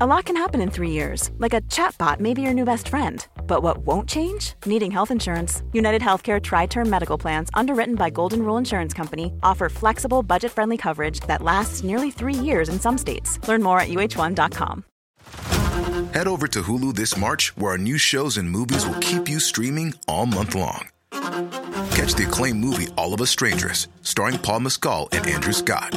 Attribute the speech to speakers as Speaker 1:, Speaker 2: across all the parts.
Speaker 1: A lot can happen in three years, like a chatbot may be your new best friend. But what won't change? Needing health insurance. United Healthcare Tri Term Medical Plans, underwritten by Golden Rule Insurance Company, offer flexible, budget friendly coverage that lasts nearly three years in some states. Learn more at uh1.com.
Speaker 2: Head over to Hulu this March, where our new shows and movies will keep you streaming all month long. Catch the acclaimed movie All of Us Strangers, starring Paul Mescal and Andrew Scott.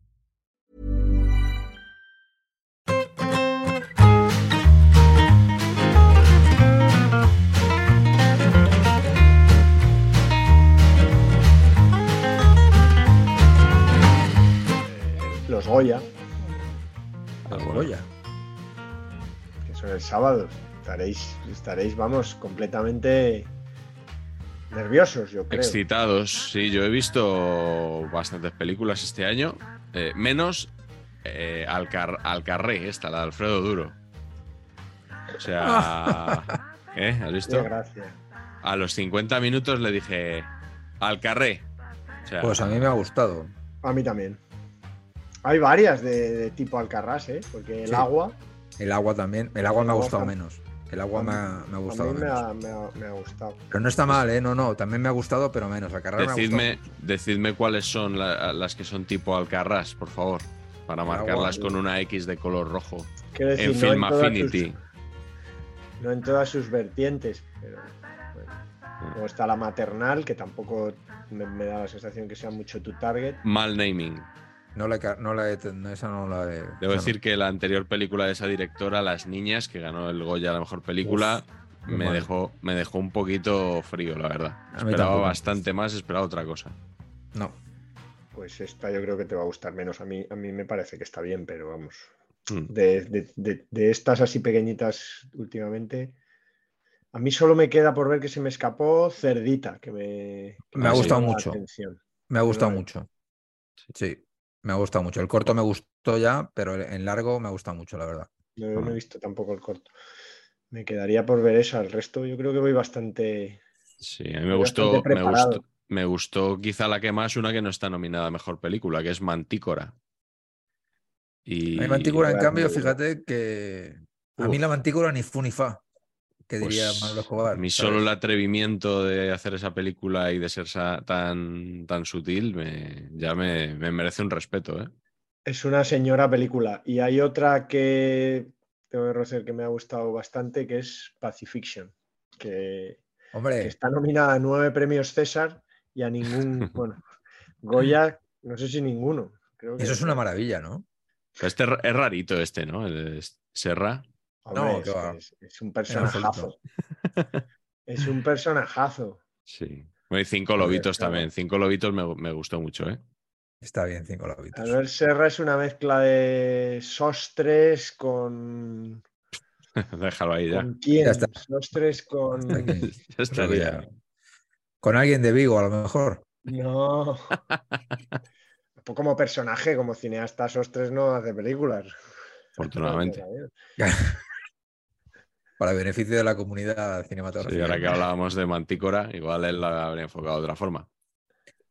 Speaker 3: Los Goya.
Speaker 4: Los Goya.
Speaker 3: Que son el sábado. Estaréis, estaréis, vamos, completamente nerviosos, yo creo.
Speaker 4: Excitados, sí. Yo he visto bastantes películas este año, eh, menos eh, Alcar Alcarré, esta, la de Alfredo Duro. O sea, ¿eh? ¿Has visto? A los 50 minutos le dije Alcarré.
Speaker 5: O sea, pues a mí me ha gustado.
Speaker 3: A mí también. Hay varias de, de tipo Alcarrás, ¿eh? Porque el sí. agua.
Speaker 5: El agua también. El agua me ha gustado menos. El agua me ha, me ha, gustado.
Speaker 3: A mí me,
Speaker 5: menos.
Speaker 3: Ha, me, ha, me, ha, gustado.
Speaker 5: Pero no está mal, ¿eh? No, no. También me ha gustado, pero menos. Alcarrás
Speaker 4: decidme, decidme cuáles son la, las que son tipo Alcarrás, por favor.
Speaker 5: Ah,
Speaker 4: Para el marcarlas agua, con una X de color rojo. Decir, en no Film en Affinity.
Speaker 3: Sus, no en todas sus vertientes, pero. Bueno.
Speaker 4: Mm.
Speaker 3: Luego está la maternal, que tampoco me, da la sensación que sea mucho tu target.
Speaker 4: Mal naming.
Speaker 5: No la, no la, esa no la he,
Speaker 4: Debo decir no. que la anterior película de esa directora, Las Niñas, que ganó el Goya a la mejor película, Uf, me, mal. dejó, me dejó un poquito frío, la verdad. A esperaba tampoco. bastante más, esperaba otra cosa.
Speaker 5: No.
Speaker 3: Pues esta yo creo que te va a gustar menos. A mí, a mí me parece que está bien, pero vamos.
Speaker 5: Hmm.
Speaker 3: Mm. De, de, de, de, estas así pequeñitas últimamente. A mí solo me queda por ver que se me escapó Cerdita, que me, que
Speaker 5: me, me ha gustado mucho. Me ha gustado mucho. sí. Me ha gustado mucho. El corto me gustó ya, pero en largo me ha gustado mucho, la verdad.
Speaker 3: No, no, he visto tampoco el corto. Me quedaría por ver esa. El resto yo creo que voy bastante.
Speaker 4: Sí, a mí me gustó, me gustó, me gustó. quizá la que más, una que no está nominada a mejor película, que es Mantícora.
Speaker 5: Y... Hay Mantícora, en cambio, fíjate que. A mí la Mantícora ni fu ni fa. Que pues diría Manuel Escobar.
Speaker 4: A mí solo el atrevimiento de hacer esa película y de ser tan, tan sutil me, ya me, me, merece un respeto. ¿eh?
Speaker 3: Es una señora película. Y hay otra que tengo que reconocer que me ha gustado bastante, que es Pacifiction. Que,
Speaker 5: Hombre.
Speaker 3: que está nominada a nueve premios César y a ningún. bueno, Goya, no sé si ninguno. Creo que
Speaker 5: Eso es una maravilla, ¿no?
Speaker 4: Este es rarito este, ¿no? El Serra.
Speaker 3: Hombre, no, es, claro. es, es, un personajazo. es un personajazo.
Speaker 4: Sí. Bueno, y cinco lobitos Hombre, también. Claro. Cinco lobitos me, me, gustó mucho, ¿eh?
Speaker 5: Está bien, cinco lobitos.
Speaker 3: Albert Serra es una mezcla de sostres con.
Speaker 4: Déjalo ahí ya.
Speaker 5: Mm.
Speaker 3: ¿Con quién? Ya está. Sostres con.
Speaker 4: Ya estaría.
Speaker 5: Con alguien de Vigo, a lo mejor.
Speaker 3: No. como personaje, como cineasta, sostres no hace películas.
Speaker 4: Afortunadamente.
Speaker 5: para beneficio de la comunidad cinematográfica.
Speaker 4: Sí, ahora que hablábamos de Mantícora, igual él la habría enfocado de otra forma.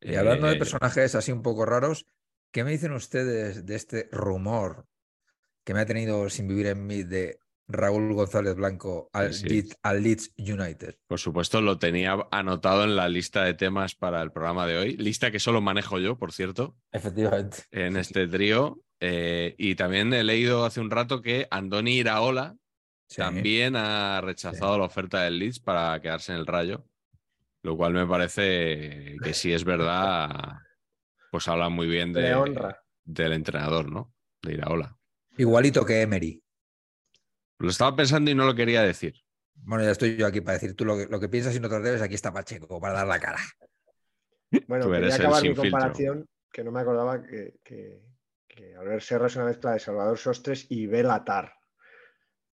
Speaker 5: Y hablando eh, de personajes así un poco raros, ¿qué me dicen ustedes de este rumor que me ha tenido sin vivir en mí de Raúl González Blanco al, sí. Leeds, al Leeds United?
Speaker 4: Por supuesto, lo tenía anotado en la lista de temas para el programa de hoy, lista que solo manejo yo, por cierto.
Speaker 5: Efectivamente.
Speaker 4: En este trío. Eh, y también he leído hace un rato que Andoni Iraola, Sí. también ha rechazado sí. la oferta del Leeds para quedarse en el Rayo, lo cual me parece que si es verdad, pues habla muy bien de,
Speaker 3: honra.
Speaker 4: del entrenador, ¿no? De Iraola.
Speaker 5: Igualito que Emery.
Speaker 4: Lo estaba pensando y no lo quería decir.
Speaker 5: Bueno, ya estoy yo aquí para decir tú lo que, lo que piensas y no te lo debes, aquí está Pacheco para dar la cara.
Speaker 3: Bueno, tú quería acabar mi comparación, filtro. que no me acordaba que, que, que Albert Serra es una mezcla de Salvador Sostres y Belatar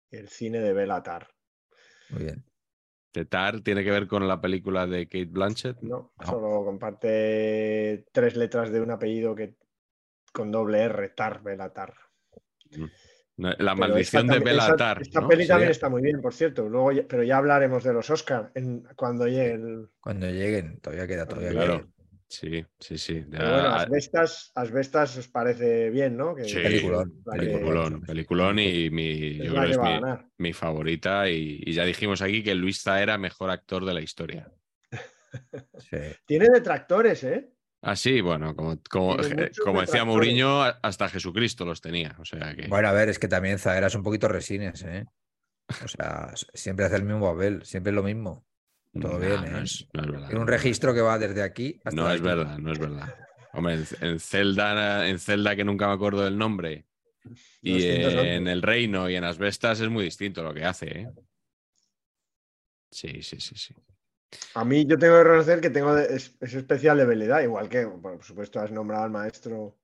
Speaker 3: el cine de Belatar.
Speaker 5: Muy bien.
Speaker 4: ¿De Tar tiene que ver con la película de Kate Blanchett?
Speaker 3: No, no, solo comparte tres letras de un apellido que con doble R, Tar, Belatar.
Speaker 4: La maldición de Belatar.
Speaker 3: Esta
Speaker 4: ¿no?
Speaker 3: peli también
Speaker 4: Sería-
Speaker 3: está muy bien, por cierto. Luego, ya- pero ya hablaremos de los Oscar en- cuando llegue el.
Speaker 5: Cuando lleguen, todavía queda, todavía
Speaker 4: Claro.
Speaker 5: queda.
Speaker 4: Sí, sí, sí. ya-
Speaker 3: Pero bueno, Asbestas, Asbestas os parece bien, ¿no? Que-
Speaker 4: Sí,
Speaker 5: Peliculón,
Speaker 3: la que-
Speaker 4: eh, Peliculón, peliculón y mi,
Speaker 3: es
Speaker 4: yo
Speaker 3: la
Speaker 4: creo que
Speaker 3: que
Speaker 4: es
Speaker 3: va a
Speaker 4: mi,
Speaker 3: ganar.
Speaker 4: mi favorita. Y, y ya dijimos aquí que Luis era mejor actor de la historia.
Speaker 5: Sí.
Speaker 3: Tiene detractores, ¿eh?
Speaker 4: Ah, sí, bueno, como, como,
Speaker 3: Tiene ¿eh? muchos
Speaker 4: como decía
Speaker 3: detractores.
Speaker 4: Mourinho, a- hasta Jesucristo los tenía. O sea que.
Speaker 5: Bueno, a ver, es que también Zaera es un poquito resines, ¿eh? O sea, s- siempre hace el mismo papel, siempre es lo mismo. todo
Speaker 4: no,
Speaker 5: bien,
Speaker 4: no
Speaker 5: ¿eh?
Speaker 4: es, no es verdad.
Speaker 5: Tiene un registro que va desde aquí hasta
Speaker 4: No es
Speaker 5: aquí.
Speaker 4: verdad, no es verdad. Hombre, en, en Zelda, en Zelda, que nunca me acuerdo del nombre, y
Speaker 3: 211.
Speaker 4: en El Reino y en Asbestas es muy distinto lo que hace, ¿eh? Sí, sí, sí, sí.
Speaker 3: A mí yo tengo que reconocer que tengo de- es, es especial de velidad, igual que, bueno, por supuesto, has nombrado al maestro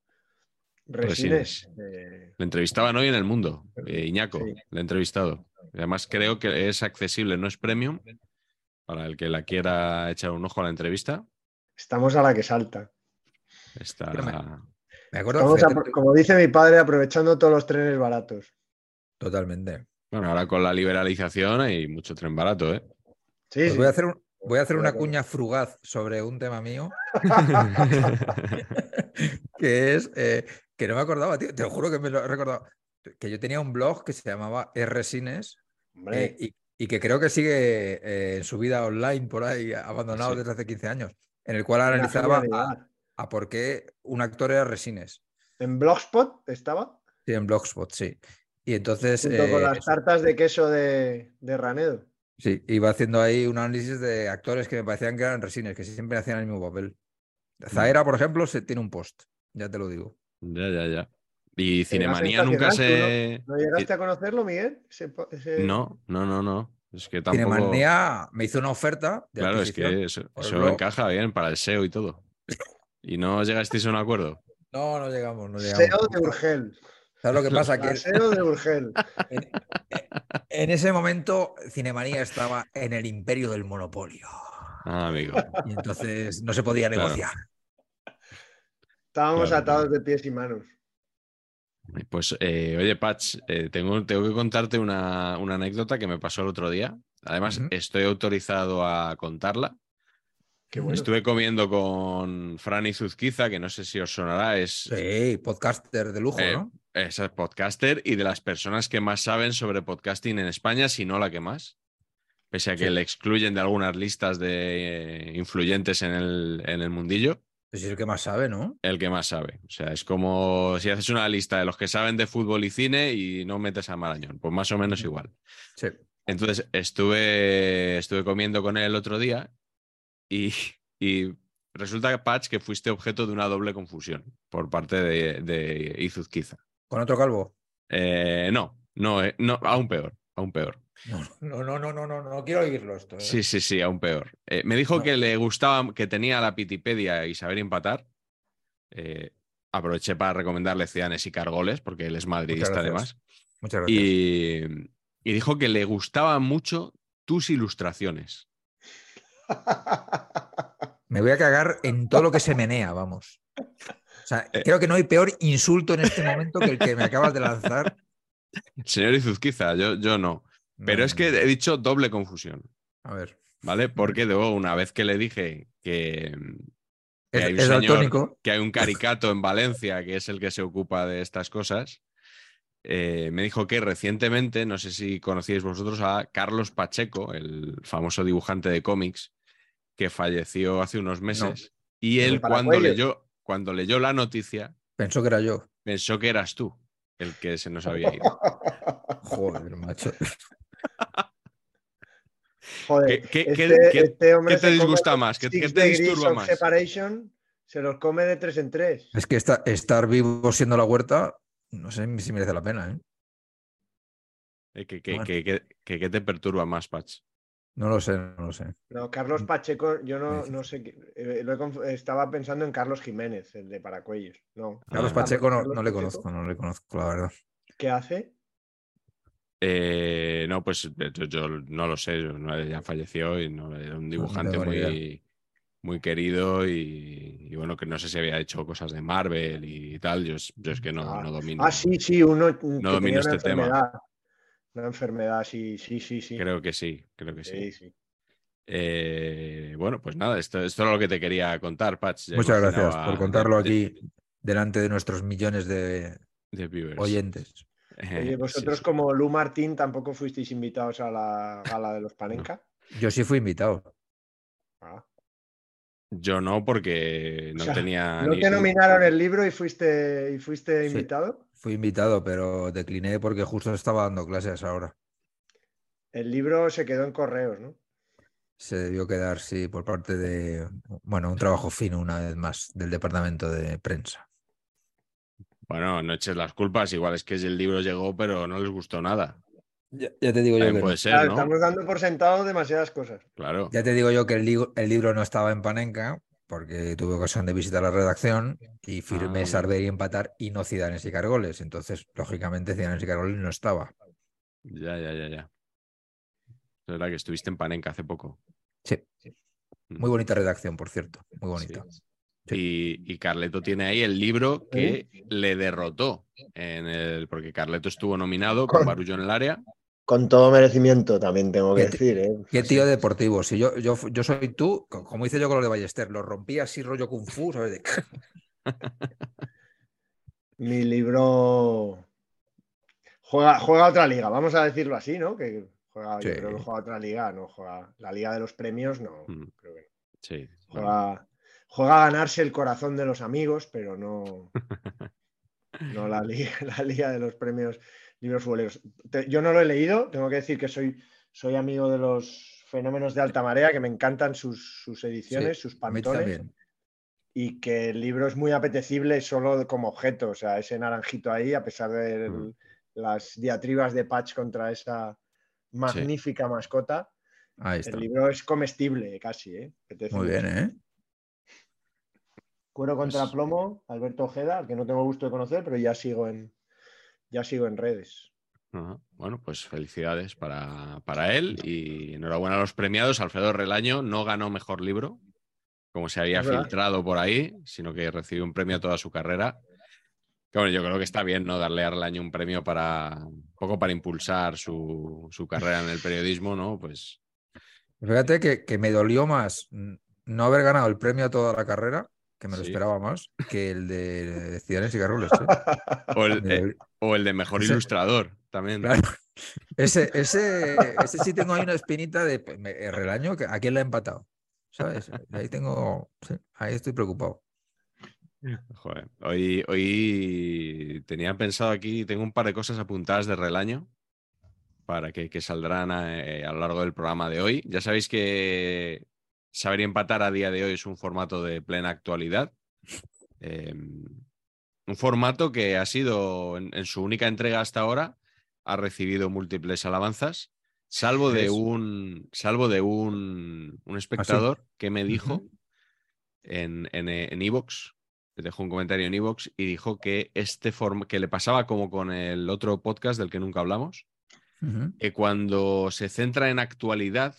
Speaker 5: Pues
Speaker 3: Resines. eh,
Speaker 4: Le entrevistaban hoy en El Mundo, eh, Iñaco,
Speaker 3: Sí.
Speaker 4: le he entrevistado. Y Además, creo que es accesible, no es premium, para el que la quiera echar un ojo a la entrevista.
Speaker 3: estamos a la que salta.
Speaker 4: Está...
Speaker 5: Me acuerdo
Speaker 3: Estamos a-
Speaker 5: fíjate,
Speaker 3: como dice mi padre, aprovechando todos los trenes baratos.
Speaker 5: totalmente.
Speaker 4: Bueno, ahora con la liberalización hay mucho tren barato, ¿eh?
Speaker 3: Sí,
Speaker 5: Pues
Speaker 3: sí.
Speaker 5: voy, a hacer un- voy a hacer
Speaker 3: Estoy de
Speaker 5: una
Speaker 3: acuerdo.
Speaker 5: cuña frugaz sobre un tema mío, que es eh, que no me acordaba, tío, te lo juro que me lo he recordado, que yo tenía un blog que se llamaba E Resines
Speaker 3: Hombre,
Speaker 5: Eh, y, y que creo que sigue eh, en su vida online por ahí, abandonado
Speaker 4: Sí.
Speaker 5: desde hace 15 años, en el cual
Speaker 3: una
Speaker 5: analizaba a,
Speaker 3: genialidad.
Speaker 5: a por qué un actor era resines.
Speaker 3: En Blogspot estaba,
Speaker 5: Sí, en Blogspot, sí. Y entonces
Speaker 3: junto con
Speaker 5: eh,
Speaker 3: las tartas de queso de, de Ranedo.
Speaker 5: sí, iba haciendo ahí un análisis de actores que me parecían que eran resines, que siempre hacían el mismo papel.
Speaker 4: Mm.
Speaker 5: Zaera, por ejemplo, se tiene un post, ya te lo digo.
Speaker 4: Ya, ya, ya. Y
Speaker 3: Pero era
Speaker 4: Cinemanía nunca se...
Speaker 3: sensacional, ¿No
Speaker 5: Eh,
Speaker 3: llegaste a conocerlo, Miguel? Ese po- ese-
Speaker 4: No, no, no, no. Es que tampoco...
Speaker 5: Cinemanía me hizo una oferta de
Speaker 4: Claro, es
Speaker 5: adquisición.
Speaker 4: que eso,
Speaker 5: por
Speaker 4: eso
Speaker 5: el blog.
Speaker 4: encaja bien para el SEO y todo. Y no llegasteis a un acuerdo.
Speaker 5: No, no llegamos, no llegamos.
Speaker 3: Seo de Urgel.
Speaker 5: ¿Sabes lo que pasa? Que
Speaker 3: Paseo de Urgel.
Speaker 5: en ese momento Cinemanía estaba en el imperio del monopolio.
Speaker 4: Ah, amigo.
Speaker 5: Y entonces no se podía
Speaker 4: Claro.
Speaker 5: negociar.
Speaker 3: Estábamos
Speaker 4: Claro,
Speaker 3: atados de pies y manos.
Speaker 4: Pues, eh, oye, Patch, eh, tengo, tengo que contarte una, una anécdota que me pasó el otro día. Además,
Speaker 5: Ujú.
Speaker 4: estoy autorizado a contarla.
Speaker 3: Qué bueno.
Speaker 4: Estuve comiendo con Franny Zuzquiza, que no sé si os sonará, es,
Speaker 5: Sí, podcaster de lujo,
Speaker 4: Eh,
Speaker 5: ¿no?
Speaker 4: es podcaster y de las personas que más saben sobre podcasting en España, si no la que más. Pese a que
Speaker 5: Sí.
Speaker 4: le excluyen de algunas listas de eh, influyentes en el, en el mundillo.
Speaker 5: Pues es el que más sabe, ¿no?
Speaker 4: el que más sabe. O sea, es como si haces una lista de los que saben de fútbol y cine y no metes a Marañón, pues más o menos igual.
Speaker 5: Sí.
Speaker 4: Entonces, estuve, estuve comiendo con él el otro día y, y resulta, que Patch, que fuiste objeto de una doble confusión por parte de, de Izuzquiza.
Speaker 5: Con otro calvo.
Speaker 4: Eh, no, no, eh, no, aún peor, aún peor.
Speaker 5: No, no, no, no, no, no, no quiero oírlo esto. ¿eh?
Speaker 4: Sí, sí, sí, aún peor. Eh, me dijo
Speaker 5: No.
Speaker 4: que le gustaba, que tenía la pitipedia y saber empatar. Eh, aproveché para recomendarle Cidanes y Cargoles, porque él es madridista
Speaker 5: gracias.
Speaker 4: además.
Speaker 5: Muchas gracias.
Speaker 4: Y, y dijo que le gustaban mucho tus ilustraciones.
Speaker 5: Me voy a cagar en todo lo que se menea, vamos. O sea,
Speaker 4: Eh.
Speaker 5: creo que no hay peor insulto en este momento que el que me acabas de lanzar.
Speaker 4: Señor Izuzquiza, yo, yo no. Pero
Speaker 5: No,
Speaker 4: es
Speaker 5: no,
Speaker 4: que
Speaker 5: no.
Speaker 4: he dicho doble confusión,
Speaker 5: Mm, A ver.
Speaker 4: ¿vale? Porque luego, una vez que le dije que, Que
Speaker 5: Es,
Speaker 4: hay un
Speaker 5: es
Speaker 4: señor-
Speaker 5: daltónico.
Speaker 4: que hay un caricato en Valencia que es el que se ocupa de estas cosas. eh, me dijo que recientemente, no sé si conocíais vosotros a Carlos Pacheco, el famoso dibujante de cómics, que falleció hace unos meses. Y
Speaker 3: El
Speaker 4: él, cuando
Speaker 3: paraguayo.
Speaker 4: leyó, cuando leyó la noticia,
Speaker 5: Pensó que era yo.
Speaker 4: pensó que eras tú el que se nos había ido.
Speaker 5: Joder, macho.
Speaker 3: Joder,
Speaker 4: ¿Qué- qué-
Speaker 3: este,
Speaker 4: qué-
Speaker 3: este hombre
Speaker 4: ¿Qué te
Speaker 3: se come
Speaker 4: disgusta más? ¿Qué,
Speaker 3: Six
Speaker 4: qué te
Speaker 3: Degrees
Speaker 4: disturba
Speaker 3: of
Speaker 4: más?
Speaker 3: Separation se los come de tres en tres.
Speaker 5: Es que esta- estar vivo siendo la huerta, no sé si merece la pena, ¿eh?
Speaker 4: Eh, ¿Qué, qué-
Speaker 5: Bueno.
Speaker 4: qué- qué- qué- qué te perturba más, Patch?
Speaker 5: No lo sé, no lo sé.
Speaker 3: No, Carlos Pacheco, yo no,
Speaker 5: Mm. Sí.
Speaker 3: no sé qué. eh, lo he conf- estaba pensando en Carlos Jiménez, el de Paracuellos. No.
Speaker 5: Carlos
Speaker 4: Ah.
Speaker 5: Pacheco no,
Speaker 3: Carlos
Speaker 5: no le
Speaker 3: Pacheco,
Speaker 5: conozco, no le conozco, la verdad.
Speaker 3: ¿Qué hace?
Speaker 4: Eh, no, pues yo, yo no lo sé, yo no- ya falleció y no, era un
Speaker 3: Ah,
Speaker 5: tengo
Speaker 4: dibujante
Speaker 5: ni
Speaker 4: muy,
Speaker 5: idea.
Speaker 4: muy querido y, y, bueno, que no sé si había hecho cosas de Marvel y tal. Yo, yo es que no,
Speaker 3: Ah,
Speaker 4: no domino.
Speaker 3: Ah, sí, sí, uno
Speaker 4: No
Speaker 3: que
Speaker 4: domino
Speaker 3: tenía
Speaker 4: este tema.
Speaker 3: enfermedad. Una enfermedad, sí, sí, sí, sí.
Speaker 4: Creo que sí, creo que sí.
Speaker 3: Sí, sí.
Speaker 4: Eh, bueno, pues nada, esto, esto era lo que te quería contar, Patch. Ya
Speaker 5: Muchas
Speaker 4: imaginaba-
Speaker 5: gracias por contarlo
Speaker 4: de-
Speaker 5: aquí delante de nuestros millones de
Speaker 4: de viewers.
Speaker 5: oyentes.
Speaker 4: Eh,
Speaker 3: Oye,
Speaker 4: sí,
Speaker 3: vosotros
Speaker 4: sí.
Speaker 3: como Lu Martín tampoco fuisteis invitados a la gala de los Panenka.
Speaker 5: Yo sí fui invitado.
Speaker 3: Ah.
Speaker 4: Yo no, porque no
Speaker 3: O sea,
Speaker 4: tenía.
Speaker 3: ¿No
Speaker 4: Ah, ni-
Speaker 3: te nominaron el libro y fuiste, y fuiste
Speaker 5: Sí.
Speaker 3: invitado?
Speaker 5: Fui invitado, pero decliné porque justo estaba dando clases ahora.
Speaker 3: El libro se quedó en correos, ¿no?
Speaker 5: Se debió quedar, sí, por parte de, bueno, un trabajo fino una vez más del departamento de prensa.
Speaker 4: Bueno, no eches las culpas. Igual es que el libro llegó, pero no les gustó nada.
Speaker 5: Ya, te digo yo
Speaker 4: También
Speaker 5: que
Speaker 3: Claro,
Speaker 4: puede ser, ¿no?
Speaker 3: Estamos dando por sentado demasiadas cosas.
Speaker 4: Claro.
Speaker 5: Ya te digo yo que el, li- el libro no estaba en Panenka porque tuve ocasión de visitar la redacción y firmé
Speaker 4: Ah.
Speaker 5: Sarder y empatar y no Ciudadanos y Cargoles. Entonces, lógicamente, Ciudadanos y Cargoles no estaba.
Speaker 4: Ya, ya, ya, ya. Es verdad que estuviste en Panenka hace poco.
Speaker 5: Sí. Muy bonita redacción, por cierto. Muy bonita.
Speaker 4: Sí. Y, y Carleto tiene ahí el libro que le derrotó en el. Porque Carleto estuvo nominado con
Speaker 3: Con-
Speaker 4: Barullo en el área.
Speaker 3: Con todo merecimiento, también tengo
Speaker 5: que
Speaker 3: que
Speaker 5: Qué t-
Speaker 3: decir, ¿eh?
Speaker 5: Qué tío deportivo. Si yo, yo, fu- yo soy tú, co- como hice yo con los de Ballester, los rompí así rollo kung fu, ¿sabes? De-
Speaker 3: Mi libro juega, juega otra liga, vamos a decirlo así, ¿no? Que juega, yo
Speaker 5: Sí.
Speaker 3: creo que juega otra liga, no juega la liga de los premios, no,
Speaker 4: Mm.
Speaker 3: creo que
Speaker 4: Sí.
Speaker 3: no. Juega, juega a ganarse el corazón de los amigos, pero no, no la, liga, la liga de los premios libros futboleros. Te- yo no lo he leído, tengo que decir que soy, soy amigo de los fenómenos de alta marea, que me encantan sus, sus ediciones, sus
Speaker 5: A mí
Speaker 3: pantones.
Speaker 5: también.
Speaker 3: y que el libro es muy apetecible solo como objeto, o sea, ese naranjito ahí, a pesar de el-
Speaker 4: Mm.
Speaker 3: las diatribas de Patch contra esa magnífica mascota,
Speaker 5: Ahí
Speaker 3: el
Speaker 5: está.
Speaker 3: libro es comestible casi, ¿eh? Apetece
Speaker 5: Muy bien,
Speaker 3: mucho.
Speaker 5: ¿eh?
Speaker 3: Cuero contra
Speaker 4: Pues-
Speaker 3: plomo, Alberto Ojeda, al que no tengo gusto de conocer, pero ya sigo en, ya sigo en redes.
Speaker 4: Ajá. Bueno, pues felicidades para, para él y enhorabuena a los premiados. Alfredo Relaño no ganó mejor libro, como se había
Speaker 3: Es verdad.
Speaker 4: filtrado por ahí, sino que recibió un premio toda su carrera. Que bueno, yo creo que está bien, ¿no? Darle a Relaño un premio para un poco para impulsar su, su carrera en el periodismo, ¿no? Pues
Speaker 5: Fíjate que, que me dolió más mm, no haber ganado el premio a toda la carrera, que me lo
Speaker 4: Sí.
Speaker 5: esperaba más, que el de Ciudadanos y Cargoles. ¿eh?
Speaker 4: o el,
Speaker 5: Me
Speaker 4: eh,
Speaker 5: dolió.
Speaker 4: o el de mejor
Speaker 5: Ese-
Speaker 4: ilustrador también.
Speaker 5: Claro. Ese, ese, ese sí tengo ahí una espinita de pues, me- el relaño, que- ¿a quién la ha empatado? ¿Sabes? Ahí tengo, sí, ahí estoy preocupado.
Speaker 4: Joder, Hoy, hoy tenía pensado aquí, tengo un par de cosas apuntadas de relaño para que, que saldrán a, eh, a lo largo del programa de hoy. Ya sabéis que saber y empatar a día de hoy es un formato de plena actualidad. Eh, un formato que ha sido, en, en su única entrega hasta ahora, ha recibido múltiples alabanzas, salvo de
Speaker 5: Es.
Speaker 4: un, salvo de un, un espectador que me dijo en en eh, en iVoox, dejó un comentario en iVoox y dijo que este form que le pasaba como con el otro podcast del que nunca hablamos,
Speaker 5: Ujú,
Speaker 4: que cuando se centra en actualidad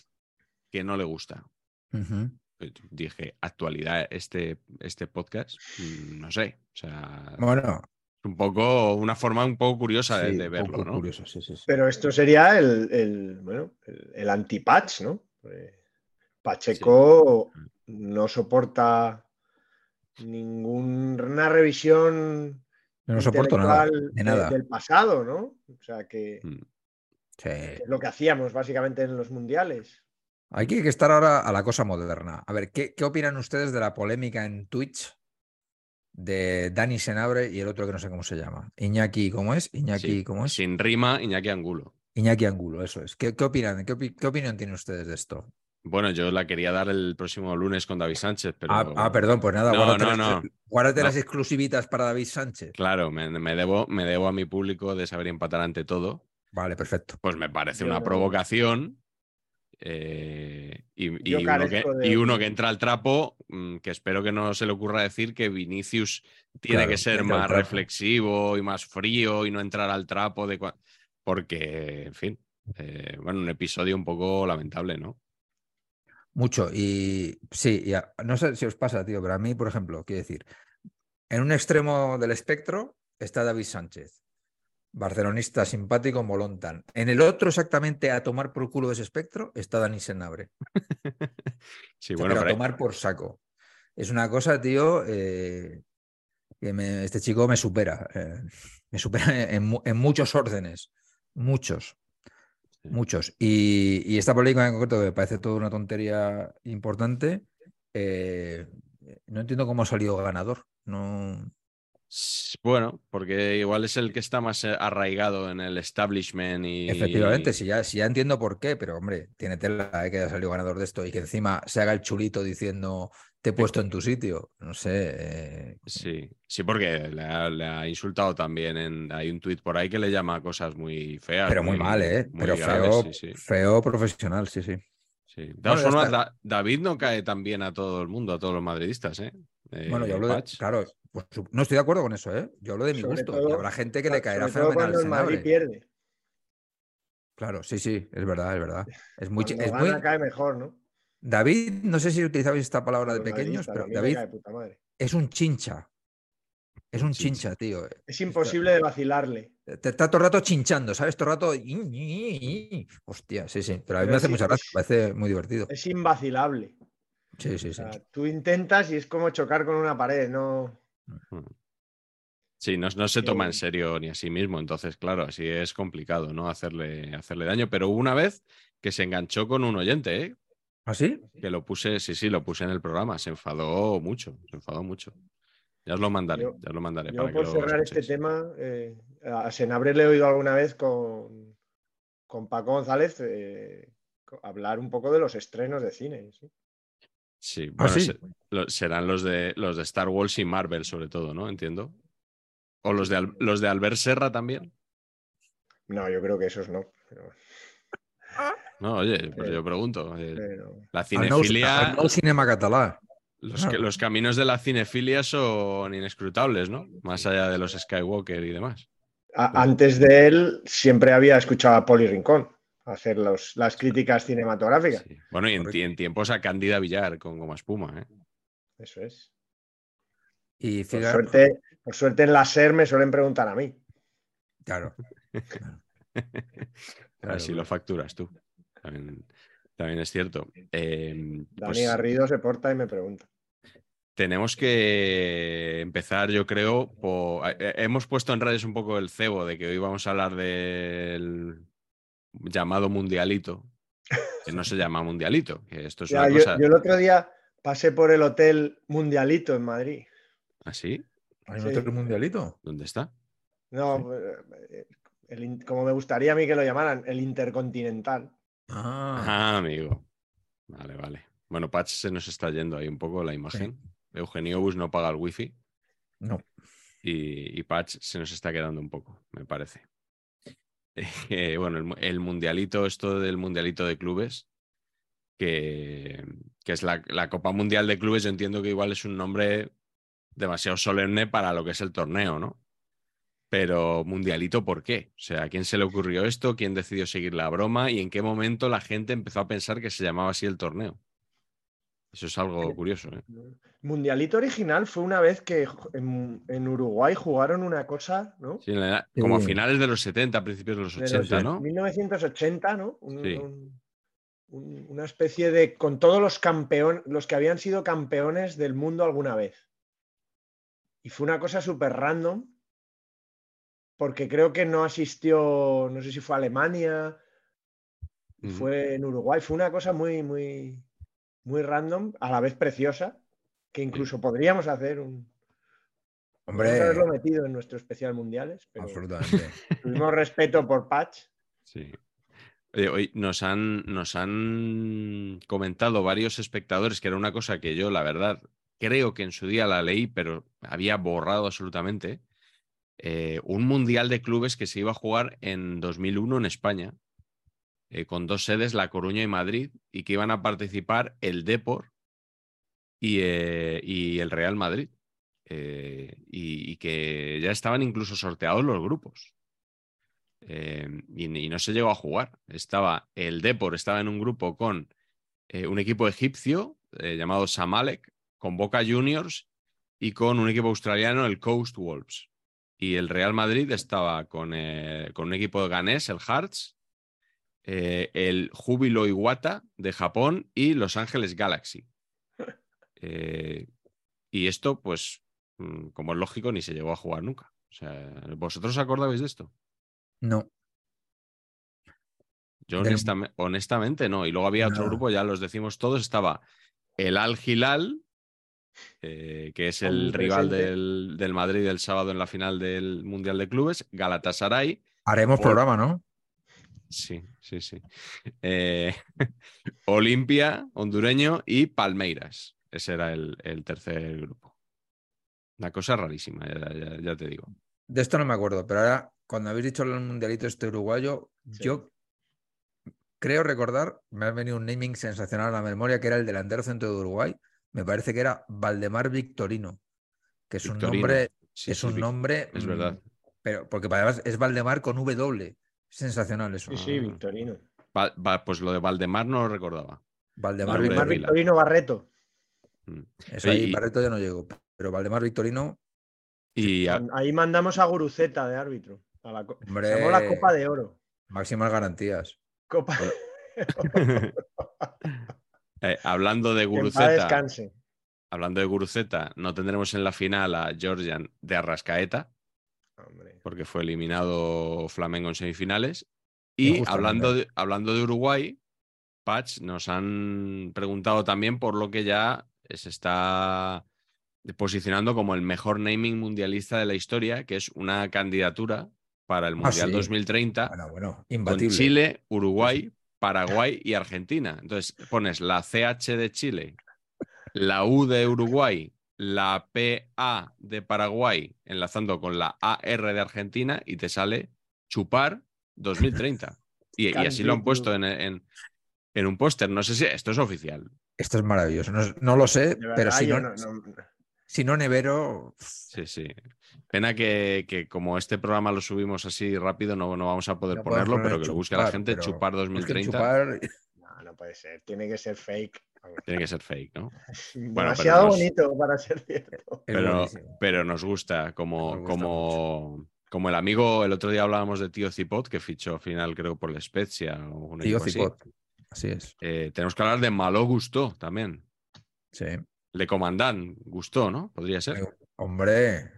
Speaker 4: que no le gusta.
Speaker 5: ujú.
Speaker 4: Yo Dije, actualidad este este podcast, Mm, no sé, o sea,
Speaker 5: Bueno,
Speaker 4: es un poco una forma un poco curiosa de,
Speaker 5: sí,
Speaker 4: de
Speaker 5: un
Speaker 4: verlo,
Speaker 5: poco
Speaker 4: ¿no?
Speaker 5: curioso, sí, sí, sí.
Speaker 3: Pero esto sería el, el, bueno, el, el anti-patch, ¿no? Eh, Pacheco no soporta ninguna revisión
Speaker 5: Yo no soporto nada,
Speaker 3: intelectual
Speaker 5: de
Speaker 3: de-
Speaker 5: nada.
Speaker 3: del pasado, ¿no? O sea, que,
Speaker 4: Mm.
Speaker 5: Sí.
Speaker 3: que es lo que hacíamos básicamente en los mundiales.
Speaker 5: Aquí hay que estar ahora a la cosa moderna. A ver, ¿qué, qué opinan ustedes de la polémica en Twitch de Dani Senabre y el otro que no sé cómo se llama? Iñaki, ¿cómo es? Iñaki,
Speaker 4: Sí,
Speaker 5: ¿cómo es?
Speaker 4: Sin rima, Iñaki Angulo.
Speaker 5: Iñaki Angulo, eso es. ¿Qué, qué opinan? ¿Qué, opi- qué opinión tienen ustedes de esto?
Speaker 4: Bueno, yo la quería dar el próximo lunes con David Sánchez, pero
Speaker 5: Ah, ah, perdón, pues nada,
Speaker 4: No,
Speaker 5: guárdate,
Speaker 4: no,
Speaker 5: las,
Speaker 4: no.
Speaker 5: guárdate
Speaker 4: No.
Speaker 5: las exclusivitas para David Sánchez.
Speaker 4: Claro, me, me debo, me debo a mi público de saber empatar ante todo.
Speaker 5: Vale, perfecto.
Speaker 4: Pues me parece
Speaker 3: Yo
Speaker 4: una
Speaker 3: no-
Speaker 4: provocación. eh, y, y
Speaker 3: Yo
Speaker 4: uno que,
Speaker 3: carezco de
Speaker 4: y uno
Speaker 3: opinión.
Speaker 4: que entra al trapo, mm, que espero que no se le ocurra decir que Vinicius tiene
Speaker 5: Claro,
Speaker 4: que ser
Speaker 5: entra al
Speaker 4: más
Speaker 5: trapo.
Speaker 4: reflexivo y más frío y no entrar al trapo de cua- porque, en fin, eh, bueno, un episodio un poco lamentable, ¿no?
Speaker 5: Mucho. Y sí, y a- no sé si os pasa, tío, pero a mí, por ejemplo, quiero decir, en un extremo del espectro está David Sánchez, barcelonista simpático, molontan. En el otro, exactamente a tomar por culo de ese espectro, está Dani Senabre.
Speaker 4: Sí, bueno,
Speaker 5: pero
Speaker 4: pero
Speaker 5: a
Speaker 4: hay-
Speaker 5: tomar por saco. Es una cosa, tío, eh, que me- este chico me supera. eh, me supera en, mu- en muchos órdenes. Muchos.
Speaker 4: Sí.
Speaker 5: Muchos. Y, y esta política en concreto, que me parece toda una tontería importante, eh, no entiendo cómo ha salido ganador. No,
Speaker 4: s- bueno, porque igual es el que está más eh, arraigado en el establishment y.
Speaker 5: Efectivamente, si ya, si ya entiendo por qué, pero hombre, tiene tela eh, que haya salido ganador de esto y que encima se haga el chulito diciendo te he puesto en tu sitio. No sé. eh,
Speaker 4: Sí, sí, porque le ha, le ha insultado también. En, hay un tuit por ahí que le llama cosas muy feas.
Speaker 5: Pero muy mal, ¿eh?
Speaker 4: muy
Speaker 5: Pero
Speaker 4: graves, sí,
Speaker 5: feo,
Speaker 4: sí,
Speaker 5: feo profesional, sí, sí.
Speaker 4: sí. De todas
Speaker 5: Bueno, ya
Speaker 4: formas,
Speaker 5: está.
Speaker 4: Da- David no cae tan bien a todo el mundo, a todos los madridistas, ¿eh? Eh,
Speaker 5: Bueno, yo hablo de.
Speaker 4: Patch.
Speaker 5: Claro, por su- no estoy de acuerdo con eso, ¿eh? Yo hablo de mi
Speaker 3: Sobre
Speaker 5: gusto. y
Speaker 3: todo-
Speaker 5: habrá gente que le caerá
Speaker 3: Sobre todo
Speaker 5: fenomenal. ¿eh?
Speaker 3: cuando el Madrid
Speaker 5: Senabre.
Speaker 3: pierde.
Speaker 5: Claro, sí, sí, es verdad, es verdad. Es muy. chi-
Speaker 3: Cuando
Speaker 5: Es
Speaker 3: gana,
Speaker 5: muy...
Speaker 3: cae mejor, ¿no?
Speaker 5: David, no sé si utilizabais esta palabra de
Speaker 3: Los
Speaker 5: pequeños,
Speaker 3: madridistas,
Speaker 5: pero
Speaker 3: a mí me
Speaker 5: David
Speaker 3: cae de puta madre.
Speaker 5: es un chincha. Es un chincha, tío.
Speaker 3: Es imposible de vacilarle.
Speaker 5: Te está todo el rato chinchando, ¿sabes? Todo el rato. "Ii, ii, ii". Hostia, sí, sí. Pero a mí
Speaker 3: Pero
Speaker 5: me hace
Speaker 3: es-
Speaker 5: mucha gracia,
Speaker 3: es-
Speaker 5: me parece muy divertido.
Speaker 3: Es invacilable.
Speaker 5: Sí, sí,
Speaker 3: O
Speaker 5: sí.
Speaker 3: sea, tú intentas y es como chocar con una pared, no.
Speaker 4: Sí, no, no se toma en
Speaker 3: Eh,
Speaker 4: serio ni a sí mismo, entonces, claro, así es complicado, ¿no? Hacerle, hacerle daño. Pero hubo una vez que se enganchó con un oyente, ¿eh?
Speaker 5: ¿Ah, sí?
Speaker 4: Que lo puse, sí, sí, lo puse en el programa. Se enfadó mucho, se enfadó mucho. Ya os lo mandaré,
Speaker 3: Yo-
Speaker 4: ya os lo mandaré.
Speaker 3: Yo
Speaker 4: para que
Speaker 3: por
Speaker 4: lo
Speaker 3: cerrar este
Speaker 4: escuchéis.
Speaker 3: tema, eh, a Senabre le he oído alguna vez con, con Paco González eh, co- hablar un poco de los estrenos de cine. ¿sí?
Speaker 4: Sí, bueno,
Speaker 5: ¿Ah, sí?
Speaker 4: se- lo- serán los de, los de Star Wars y Marvel, sobre todo, ¿no? Entiendo. O los de, Al- los de Albert Serra también.
Speaker 3: No, yo creo que esos no. Pero,
Speaker 4: No, oye, pero
Speaker 3: Eh,
Speaker 4: yo pregunto. eh,
Speaker 3: pero-
Speaker 4: la
Speaker 5: Arnau-
Speaker 4: cinefilia.
Speaker 5: Arnau Cinema Catalá.
Speaker 4: Los, que- los caminos de la cinefilia son inescrutables, ¿no? Más allá de los Skywalker y demás.
Speaker 3: a-
Speaker 4: Pues-
Speaker 3: antes de él siempre había escuchado a Poli Rincón hacer los, las críticas cinematográficas.
Speaker 4: Sí. Bueno, y en,
Speaker 5: Correcto.
Speaker 4: en tiempos a Candida Villar con Goma Espuma, ¿eh?
Speaker 3: Eso es.
Speaker 5: Y
Speaker 3: Por
Speaker 5: fíjate-
Speaker 3: suerte, por suerte en la SER me suelen preguntar a mí.
Speaker 5: Claro. claro. Claro,
Speaker 4: Así lo
Speaker 5: claro.
Speaker 4: facturas tú. También, también es cierto. Eh,
Speaker 3: Dani
Speaker 4: pues-
Speaker 3: Garrido se porta y me pregunta.
Speaker 4: Tenemos que empezar, yo creo, po- eh, hemos puesto en redes un poco el cebo de que hoy vamos a hablar del llamado mundialito, que no se llama mundialito, que esto es
Speaker 3: Ya,
Speaker 4: una
Speaker 3: yo,
Speaker 4: cosa
Speaker 3: yo el otro día pasé por el hotel Mundialito en Madrid.
Speaker 4: así,
Speaker 5: ¿Hay un
Speaker 3: Sí.
Speaker 5: otro mundialito?
Speaker 4: ¿Ah, ¿dónde está?
Speaker 3: No, eh, el in- como me gustaría a mí que lo llamaran, el Intercontinental.
Speaker 5: Ah,
Speaker 4: Ah, amigo. Vale, vale. Bueno, Patch se nos está yendo ahí un poco la imagen. Eugenio Bus no paga el wifi.
Speaker 5: no.
Speaker 4: y, y Patch se nos está quedando un poco, me parece. Eh, bueno, el, mu- el mundialito, esto del mundialito de clubes, que, que es la, la Copa Mundial de Clubes, yo entiendo que igual es un nombre demasiado solemne para lo que es el torneo, ¿no? Pero mundialito, ¿por qué? O sea, ¿a quién se le ocurrió esto? ¿Quién decidió seguir la broma? ¿Y en qué momento la gente empezó a pensar que se llamaba así el torneo? Eso es algo curioso, ¿eh?
Speaker 3: Mundialito original fue una vez que ju- en, en Uruguay jugaron una cosa, ¿no?
Speaker 4: Sí, en la edad- como a
Speaker 5: Sí.
Speaker 4: finales de los 70, principios de los
Speaker 3: De los
Speaker 4: 80, ¿no?
Speaker 3: 1980, ¿no? Un-
Speaker 4: Sí.
Speaker 3: un- un- una especie de. con todos los campeones, los que habían sido campeones del mundo alguna vez. Y fue una cosa súper random, porque creo que no asistió, no sé si fue a Alemania, y
Speaker 4: Ujú.
Speaker 3: fue en Uruguay, fue una cosa muy, muy, muy random, a la vez preciosa, que incluso podríamos hacer un. podríamos
Speaker 5: Hombre,
Speaker 3: haberlo metido en nuestro especial mundiales, pero
Speaker 5: absolutamente.
Speaker 3: tuvimos respeto por Patch.
Speaker 4: Sí. Oye, hoy nos han, nos han comentado varios espectadores que era una cosa que yo, la verdad, creo que en su día la leí, pero había borrado absolutamente. eh, un mundial de clubes que se iba a jugar en 2001 en España, eh, con dos sedes, La Coruña y Madrid, y que iban a participar el Depor y, eh, y el Real Madrid. eh, y- y que ya estaban incluso sorteados los grupos em, eh, y, y no se llegó a jugar. Estaba el Depor, estaba en un grupo con eh, eh, un equipo egipcio eh, llamado Samalek con Boca Juniors y con un equipo australiano, el Coast Wolves. Y el Real Madrid estaba con, eh, con un equipo de ganés, el Hearts, eh, el Júbilo Iwata de Japón y Los Ángeles Galaxy. Eh, y esto, pues, como es lógico, ni se llegó a jugar nunca. O sea, ¿vosotros acordabais de esto?
Speaker 5: No.
Speaker 4: Yo honestamente, honestamente no. Y luego había otro no. grupo, ya los decimos todos, estaba el Al Hilal, eh, que es el rival del, del, Madrid el sábado en la final del Mundial de Clubes, Galatasaray.
Speaker 5: Haremos o... programa, ¿no?
Speaker 4: Sí, sí, sí. Eh, Olimpia, hondureño y Palmeiras. Ese era el, el tercer grupo. Una cosa rarísima, ya, ya, ya, te digo.
Speaker 5: De esto no me acuerdo, pero ahora, cuando habéis dicho el mundialito este uruguayo, sí. yo creo recordar, me ha venido un naming sensacional a la memoria, que era el delantero centro de Uruguay. Me parece que era Valdemar Victorino, que es Victorino. un nombre. Sí, es sí, un nombre. mm,
Speaker 4: Es verdad.
Speaker 5: Pero, porque además es Valdemar con W. Sensacional eso.
Speaker 3: Sí,
Speaker 4: Ah.
Speaker 3: sí, Victorino.
Speaker 4: Va, va, pues lo de Valdemar no lo recordaba.
Speaker 5: Valdemar,
Speaker 3: Valdemar Victorino Barreto.
Speaker 5: Eso ahí, y... Barreto ya no llegó. Pero Valdemar Victorino.
Speaker 3: Y a... Ahí mandamos a Guruceta de árbitro. A la, Hombre, Llamó la Copa de Oro.
Speaker 5: Máximas garantías.
Speaker 3: Copa.
Speaker 4: eh, hablando de Guruceta. Hablando de Guruceta, no tendremos en la final a Georgian de Arrascaeta. Hombre. Porque fue eliminado Flamengo en semifinales. Y no, hablando de, hablando de Uruguay, Patch, nos han preguntado también por lo que ya se está posicionando como el mejor naming mundialista de la historia, que es una candidatura para el Mundial ah, sí. 2030
Speaker 5: bueno, bueno,
Speaker 4: con Chile, Uruguay, Paraguay y Argentina. Entonces pones la CH de Chile, la U de Uruguay, la PA de Paraguay, enlazando con la AR de Argentina y te sale chupar 2030. Y, y así lo han puesto en, en, en un póster. No sé si esto es oficial.
Speaker 5: Esto es maravilloso. No, no lo sé, verdad, pero si no, no, si no Nevero.
Speaker 4: Sí, sí. Pena que, que, como este programa lo subimos así rápido, no, no vamos a poder no ponerlo, poner pero que chupar, lo busque la gente, chupar 2030.
Speaker 3: Es que chupar... No, no puede ser, tiene que ser fake.
Speaker 4: Tiene que ser fake, ¿no?
Speaker 3: Bueno, Demasiado nos... bonito para ser cierto.
Speaker 4: Pero, pero nos gusta, como, gusta como, mucho. como el amigo, el otro día hablábamos de Tío Cipot, que fichó al final, creo, por la Spezia. O
Speaker 5: Tío Cipot, así, así es.
Speaker 4: Eh, tenemos que hablar de Malo Gusto también.
Speaker 5: Sí.
Speaker 4: Le Comandant Gusto, ¿no? Podría ser. Pero,
Speaker 5: hombre,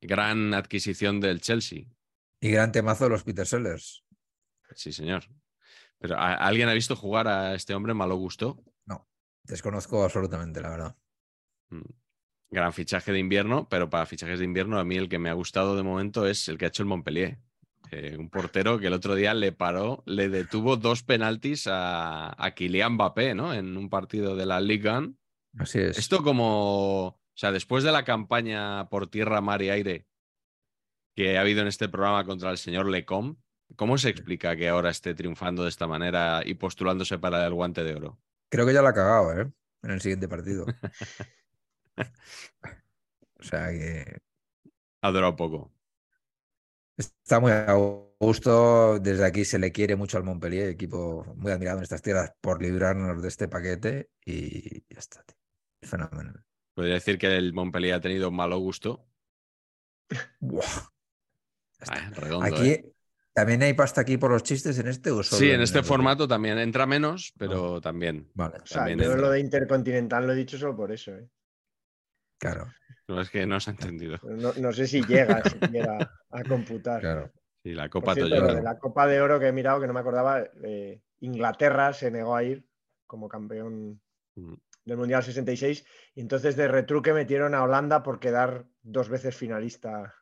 Speaker 4: gran adquisición del Chelsea.
Speaker 5: Y gran temazo de los Peter Sellers.
Speaker 4: Sí, señor. Pero ¿alguien ha visto jugar a este hombre malo gusto?
Speaker 5: No, desconozco absolutamente, la verdad.
Speaker 4: mm, Gran fichaje de invierno, pero para fichajes de invierno a mí el que me ha gustado de momento es el que ha hecho el Montpellier. Eh, un portero que el otro día le paró, le detuvo dos penaltis a, a Kylian Mbappé, ¿no? En un partido de la Liga.
Speaker 5: Así es.
Speaker 4: Esto como o sea, después de la campaña por tierra, mar y aire que ha habido en este programa contra el señor Lecom, ¿cómo se explica que ahora esté triunfando de esta manera y postulándose para el guante de oro?
Speaker 5: Creo que ya la ha cagado, ¿eh? En el siguiente partido. o sea que.
Speaker 4: Ha durado poco.
Speaker 5: Está muy a gusto. Desde aquí se le quiere mucho al Montpellier, equipo muy admirado en estas tierras, por librarnos de este paquete y ya está. Tío. Fenomenal.
Speaker 4: Podría decir que el Montpellier ha tenido malo gusto.
Speaker 5: Buah. Ah, redondo, aquí eh. también hay pasta aquí por los chistes en este uso.
Speaker 4: Sí, en, en este formato de... también entra menos, pero no. también.
Speaker 5: Vale.
Speaker 3: O sea,
Speaker 5: también
Speaker 3: yo lo de Intercontinental lo he dicho solo por eso, ¿eh?
Speaker 5: Claro.
Speaker 4: No es que no se ha entendido.
Speaker 3: No, no sé si llega siquiera a computar. Claro.
Speaker 4: Y la Copa
Speaker 3: cierto,
Speaker 4: Toyota.
Speaker 3: De la Copa de Oro que he mirado, que no me acordaba, eh, Inglaterra se negó a ir como campeón mm del Mundial 66. Y entonces de retruque metieron a Holanda por quedar dos veces finalista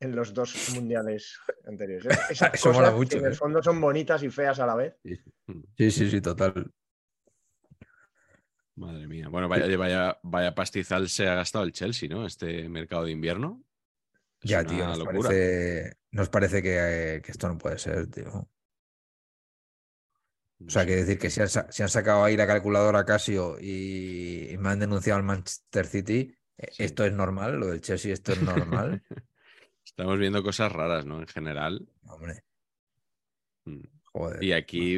Speaker 3: en los dos mundiales anteriores. Esas Eso cosas mucho, ¿eh? que en el fondo son bonitas y feas a la vez.
Speaker 5: Sí, sí, sí, total.
Speaker 4: Madre mía. Bueno, vaya, vaya, vaya pastizal se ha gastado el Chelsea, ¿no? Este mercado de invierno.
Speaker 5: Es ya, tío, nos locura. parece, nos parece que, eh, que esto no puede ser, tío. O sea, que decir que si han, si han, sacado ahí la calculadora Casio y, y me han denunciado al Manchester City, sí. esto es normal, lo del Chelsea, esto es normal.
Speaker 4: Estamos viendo cosas raras, ¿no? En general.
Speaker 5: Hombre.
Speaker 4: Joder, Mm. y aquí,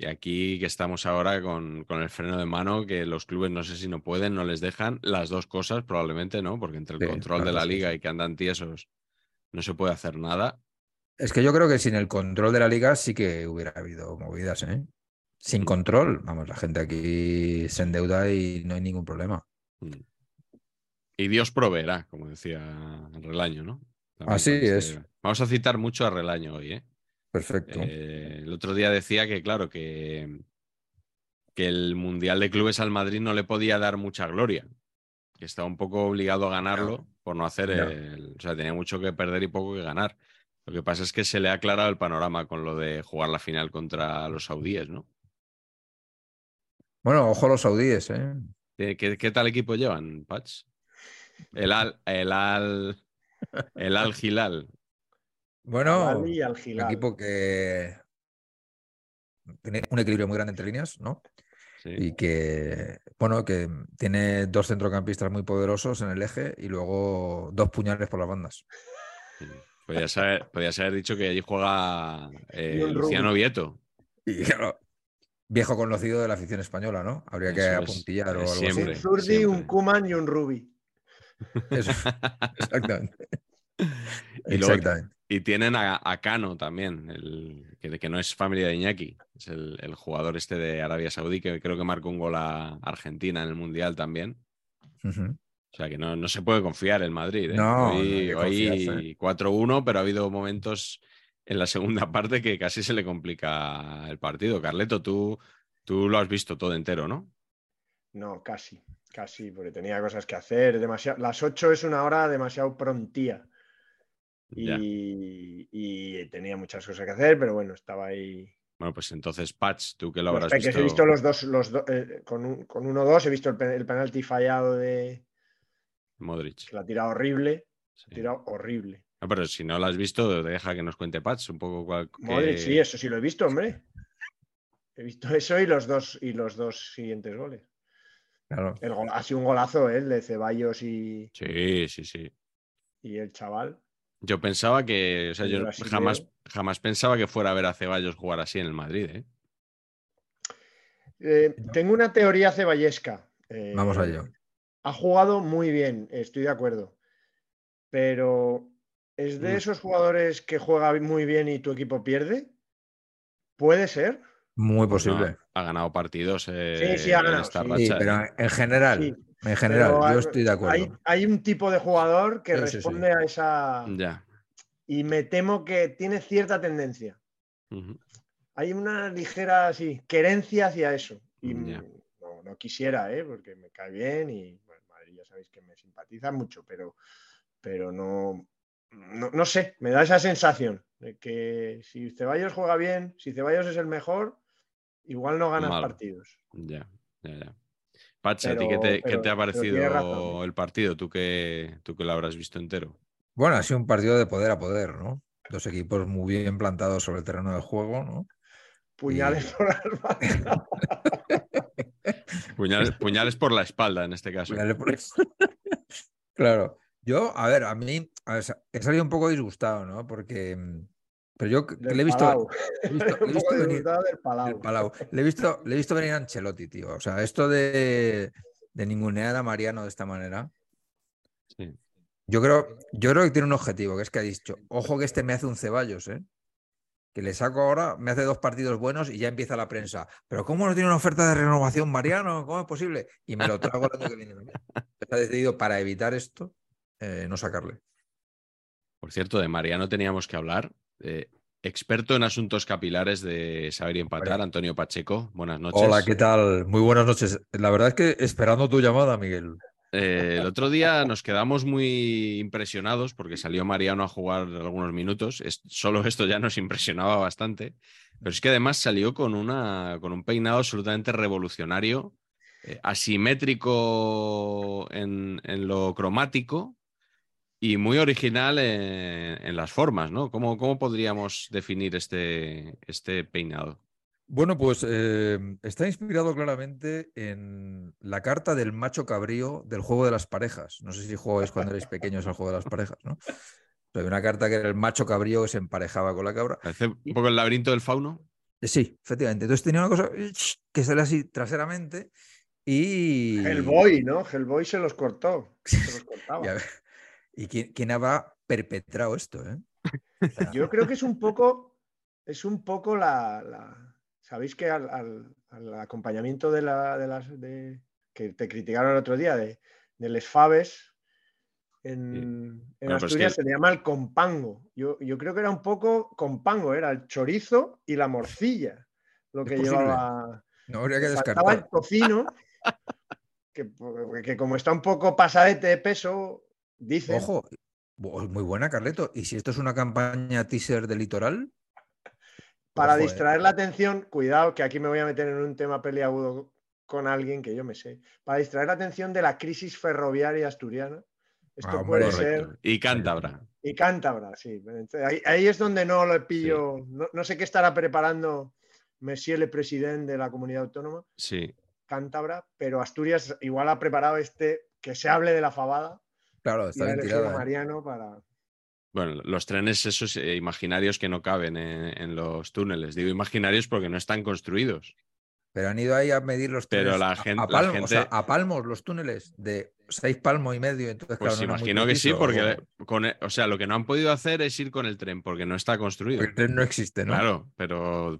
Speaker 4: y aquí que estamos ahora con, con, el freno de mano, que los clubes no sé si no pueden, no les dejan, las dos cosas probablemente, ¿no? Porque entre el sí, control de la liga y que andan tiesos, no se puede hacer nada.
Speaker 5: Es que yo creo que sin el control de la liga sí que hubiera habido movidas, ¿eh? Sin
Speaker 4: Mm.
Speaker 5: control, vamos, la gente aquí se endeuda y no hay ningún problema.
Speaker 4: Y Dios proveerá, como decía Relaño, ¿no?
Speaker 5: También Así es. Ser.
Speaker 4: Vamos a citar mucho a Relaño hoy, ¿eh?
Speaker 5: Perfecto.
Speaker 4: Eh, el otro día decía que, claro, que, que el Mundial de Clubes al Madrid no le podía dar mucha gloria, que estaba un poco obligado a ganarlo no. por no hacer, no. El, o sea, tenía mucho que perder y poco que ganar. Lo que pasa es que se le ha aclarado el panorama con lo de jugar la final contra los saudíes, ¿no?
Speaker 5: Bueno, ojo a los saudíes, ¿eh?
Speaker 4: ¿Qué, qué tal equipo llevan, Patch? El Al, el Al, el Al Gilal.
Speaker 5: Bueno, un equipo que tiene un equilibrio muy grande entre líneas, ¿no? Sí. Y que, bueno, que tiene dos centrocampistas muy poderosos en el eje y luego dos puñales por las bandas.
Speaker 4: Sí. Podías, haber, podías, haber, dicho que allí juega eh, Luciano Vieto.
Speaker 5: Y claro, viejo conocido de la afición española, ¿no? Habría Eso que apuntillar es, o algo
Speaker 4: siempre, así.
Speaker 3: Un Surdi, un Kuman y un Rubi.
Speaker 5: Eso, exactamente.
Speaker 4: Y exactamente. Luego, y tienen a, a Cano también, el, que, que, no es familia de Iñaki, es el, el, jugador este de Arabia Saudí, que creo que marcó un gol a Argentina en el Mundial también. Uh -huh. O sea que no, no, se puede confiar en Madrid. ¿eh?
Speaker 5: No,
Speaker 4: hoy, no hoy 4-1, pero ha habido momentos en la segunda parte que casi se le complica el partido. Carleto, tú, tú lo has visto todo entero, ¿no?
Speaker 3: No, casi, casi, porque tenía cosas que hacer. Demasiado... Las 8 es una hora demasiado prontía. Y, y, tenía muchas cosas que hacer, pero bueno, estaba ahí.
Speaker 4: Bueno, pues entonces, Patch, tú que lo habrás visto.
Speaker 3: He visto los dos, los do, eh, con, un, con uno dos, he visto el, el, penalti fallado de
Speaker 4: Modric.
Speaker 3: La tira horrible, sí. tirado horrible.
Speaker 4: No, Ah, pero si no lo has visto, deja que nos cuente Patch un poco cuál.
Speaker 3: Modric, sí, eh. eso sí lo he visto, hombre. He visto eso y los dos, y los dos siguientes goles.
Speaker 5: Claro.
Speaker 3: El gol, ha sido un golazo, ¿eh? El de Ceballos y.
Speaker 4: Sí, sí, sí.
Speaker 3: Y el chaval.
Speaker 4: Yo pensaba que, o sea, yo jamás, jamás pensaba que fuera a ver a Ceballos jugar así en el Madrid. ¿eh?
Speaker 3: Eh, tengo una teoría ceballesca. Eh,
Speaker 5: Vamos a ello.
Speaker 3: Ha jugado muy bien, estoy de acuerdo. Pero es de esos jugadores que juega muy bien y tu equipo pierde. ¿Puede ser?
Speaker 5: Muy
Speaker 4: Pues
Speaker 5: posible. No,
Speaker 4: ha ganado partidos. eh,
Speaker 3: sí, sí, ha ganado.
Speaker 5: Sí, racha, sí, pero en general. Sí. En general, pero, yo estoy de acuerdo.
Speaker 3: Hay, hay, un tipo de jugador que sí, Mm. responde sí, sí. a esa.
Speaker 4: Ya.
Speaker 3: Y me temo que tiene cierta tendencia. Uh -huh. Hay una ligera así, querencia hacia eso. Y
Speaker 5: Mm,
Speaker 3: no, no, quisiera, ¿eh? porque me cae bien y bueno, Madrid ya sabéis que me simpatiza mucho, pero, pero no, no, no, sé, me da esa sensación de que si Ceballos juega bien, si Ceballos es el mejor, igual no ganas Malo. partidos.
Speaker 4: Ya, ya, ya. Pacha, pero, ¿a ti qué te, pero, qué te ha parecido razón, el partido? ¿Tú que, tú que lo habrás visto entero.
Speaker 5: Bueno, ha sido un partido de poder a poder, ¿no? Dos equipos muy bien plantados sobre el terreno de juego, ¿no?
Speaker 3: Puñales y... por la
Speaker 4: puñales, puñales, por la espalda, en este caso. Por...
Speaker 5: claro. Yo, a ver, a mí a ver, he salido un poco disgustado, ¿no? Porque. mm, Pero yo le he visto. Ah, Le he visto venir a Ancelotti, tío. O sea, esto de, de ningunear a Mariano de esta manera. Sí. Yo creo, yo creo que tiene un objetivo, que es que ha dicho, ojo que este me hace un ceballos, ¿eh? Que le saco ahora, me hace dos partidos buenos y ya empieza la prensa. Pero ¿cómo no tiene una oferta de renovación, Mariano? ¿Cómo es posible? Y me lo trago el año que viene. Ha decidido para evitar esto, eh, no sacarle.
Speaker 4: Por cierto, de Mariano teníamos que hablar. Eh, experto en asuntos capilares de Saber y Empatar, Antonio Pacheco. Buenas noches.
Speaker 5: Hola, ¿qué tal? Muy buenas noches. La verdad es que esperando tu llamada, Miguel.
Speaker 4: Eh, el otro día nos quedamos muy impresionados porque salió Mariano a jugar algunos minutos. Es, solo esto ya nos impresionaba bastante. Pero es que además salió con, una, con un peinado absolutamente revolucionario, eh, asimétrico en, en lo cromático, y muy original en, en, las formas, ¿no? ¿Cómo, cómo podríamos definir este, este, peinado?
Speaker 5: Bueno, pues eh, está inspirado claramente en la carta del macho cabrío del juego de las parejas. No sé si jugáis cuando erais pequeños al juego de las parejas, ¿no? Pero hay una carta que era el macho cabrío que se emparejaba con la cabra. Eh,
Speaker 4: Parece un poco el laberinto del fauno.
Speaker 5: Sí, efectivamente. Entonces tenía una cosa que sale así traseramente y...
Speaker 3: Hellboy, ¿no? Hellboy se los cortó. Se los cortaba.
Speaker 5: ¿Y quién, quién habrá perpetrado esto? Eh?
Speaker 3: O sea, Yo creo que es un poco, es un poco la... la... Sabéis que al, al, al acompañamiento de, la, de las... De... que te criticaron el otro día de, de Les Faves, en, sí. en no, Asturias es que... se le llama el compango. Yo, yo, creo que era un poco compango, era el chorizo y la morcilla lo que llevaba.
Speaker 5: No habría que descartar.
Speaker 3: el tocino, que, que, como está un poco pasadete de peso, dice.
Speaker 5: Ojo, muy buena, Carleto. ¿Y si esto es una campaña teaser de litoral?
Speaker 3: Para Ojo, distraer eh. la atención, cuidado, que aquí me voy a meter en un tema peliagudo con alguien que yo me sé. Para distraer la atención de la crisis ferroviaria asturiana. Esto ah, hombre, puede correcto. ser.
Speaker 4: Y cántabra.
Speaker 3: Y cántabra, sí. Ahí, ahí es donde no lo pillo. Sí. No, no, sé qué estará preparando Messier, el presidente de la comunidad autónoma.
Speaker 4: Sí.
Speaker 3: Cántabra, pero Asturias igual ha preparado este que se hable de la fabada.
Speaker 5: Claro, está ¿eh? bien tirada.
Speaker 3: Mariano para.
Speaker 4: Bueno, los trenes esos eh, imaginarios que no caben en, en, los túneles. Digo imaginarios porque no están construidos.
Speaker 5: Pero han ido ahí a medir los
Speaker 4: pero
Speaker 5: trenes.
Speaker 4: la gente,
Speaker 5: a, a palmo,
Speaker 4: la gente...
Speaker 5: o sea, a palmos los túneles de seis palmos y medio. Entonces,
Speaker 4: pues
Speaker 5: claro,
Speaker 4: no imagino que sí, porque o... Con, e, o sea, lo que no han podido hacer es ir con el tren, porque no está construido.
Speaker 5: Porque el tren no existe, ¿no?
Speaker 4: Claro, pero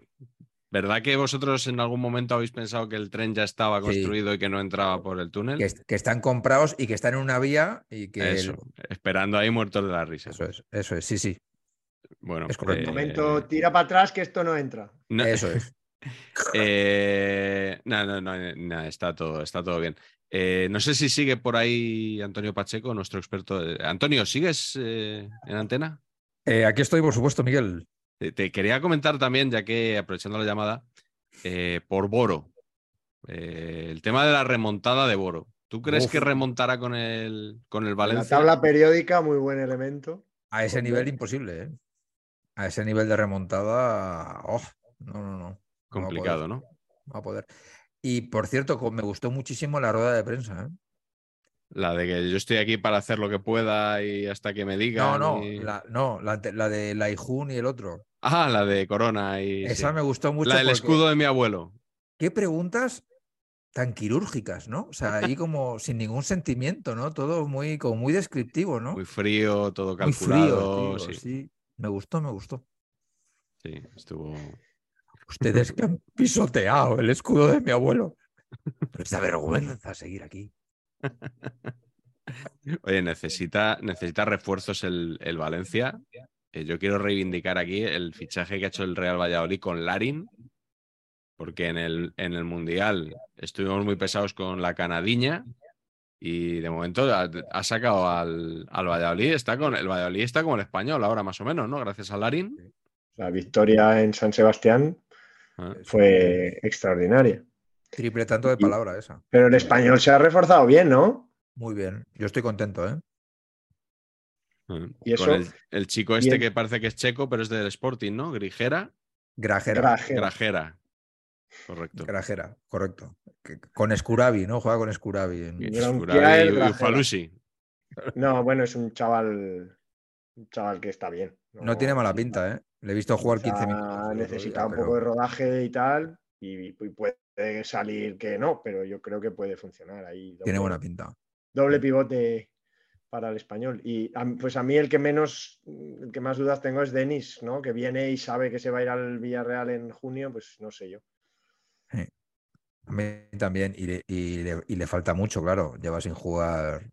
Speaker 4: ¿verdad que vosotros en algún momento habéis pensado que el tren ya estaba construido sí. y que no entraba por el túnel?
Speaker 5: Que, que, están comprados y que están en una vía y que.
Speaker 4: Eso, el... esperando ahí muertos de la risa.
Speaker 5: Eso es, eso es, sí, sí.
Speaker 4: Bueno,
Speaker 3: es correcto. Eh... momento, tira para atrás que esto no entra.
Speaker 5: No. Eso es.
Speaker 4: eh, no, no, no, no, está todo, está todo bien. Eh, no sé si sigue por ahí Antonio Pacheco, nuestro experto. Antonio, ¿sigues eh, en antena?
Speaker 5: Eh, aquí estoy, por supuesto, Miguel.
Speaker 4: Te, te, quería comentar también, ya que aprovechando la llamada, eh, por Boro. eh, el tema de la remontada de Boro. ¿Tú crees Uf. que remontará con el, con el Valencia?
Speaker 3: La tabla periódica, muy buen elemento.
Speaker 5: A ese nivel bien. imposible, ¿eh? A ese nivel de remontada, oh, no, no, no.
Speaker 4: Complicado, ¿no?
Speaker 5: No va a poder. Y por cierto, me gustó muchísimo la rueda de prensa. ¿eh?
Speaker 4: La de que yo estoy aquí para hacer lo que pueda y hasta que me
Speaker 5: digan. No, no,
Speaker 4: y...
Speaker 5: la, no, la, la de Laijun y el otro.
Speaker 4: Ah, la de Corona y.
Speaker 5: Esa sí. me gustó mucho.
Speaker 4: La del escudo de mi abuelo.
Speaker 5: Qué preguntas tan quirúrgicas, ¿no? O sea, ahí como sin ningún sentimiento, ¿no? Todo muy, como muy descriptivo, ¿no?
Speaker 4: Muy frío, todo calculado.
Speaker 5: Muy frío, tío, sí. sí. Me gustó, me gustó.
Speaker 4: Sí, estuvo.
Speaker 5: Ustedes que han pisoteado el escudo de mi abuelo. Pero esta vergüenza seguir aquí.
Speaker 4: Oye, necesita, necesita refuerzos el, el Valencia. Eh, yo quiero reivindicar aquí el fichaje que ha hecho el Real Valladolid con Larin, porque en el, en el Mundial estuvimos muy pesados con la canadiña y de momento ha, ha sacado al, al, Valladolid. Está con, el Valladolid está como el español ahora más o menos, ¿no? Gracias a Eh, Larin.
Speaker 3: La victoria en San Sebastián Ah, fue sí. extraordinaria.
Speaker 5: Triple tanto de palabra esa.
Speaker 3: Pero el español se ha reforzado bien, ¿no?
Speaker 5: Muy bien. Yo estoy contento, ¿eh?
Speaker 4: ¿Y eso? Con el, el, chico este bien. que parece que es checo, pero es del Sporting, ¿no? Grigera.
Speaker 5: Grajera.
Speaker 4: Grajera. Grajera. Correcto.
Speaker 5: Grajera, correcto. Con Escurabi, ¿no? Juega con Escurabi. En...
Speaker 4: Escurabi y Ufalusi.
Speaker 3: No, bueno, es un chaval, un chaval que está bien.
Speaker 5: no, no tiene mala pinta, ¿eh? Le he visto jugar 15 o sea, minutos.
Speaker 3: Necesita día, un poco pero... de rodaje y tal, y, y, puede salir que no, pero yo creo que puede funcionar ahí.
Speaker 5: Doble, Tiene buena pinta.
Speaker 3: Doble pivote para el español. Y a, pues a mí el que menos, el que más dudas tengo es Denis, ¿no? Que viene y sabe que se va a ir al Villarreal en junio, pues no sé yo.
Speaker 5: Sí. A mí también, y le, y, le, y le falta mucho, claro, lleva sin jugar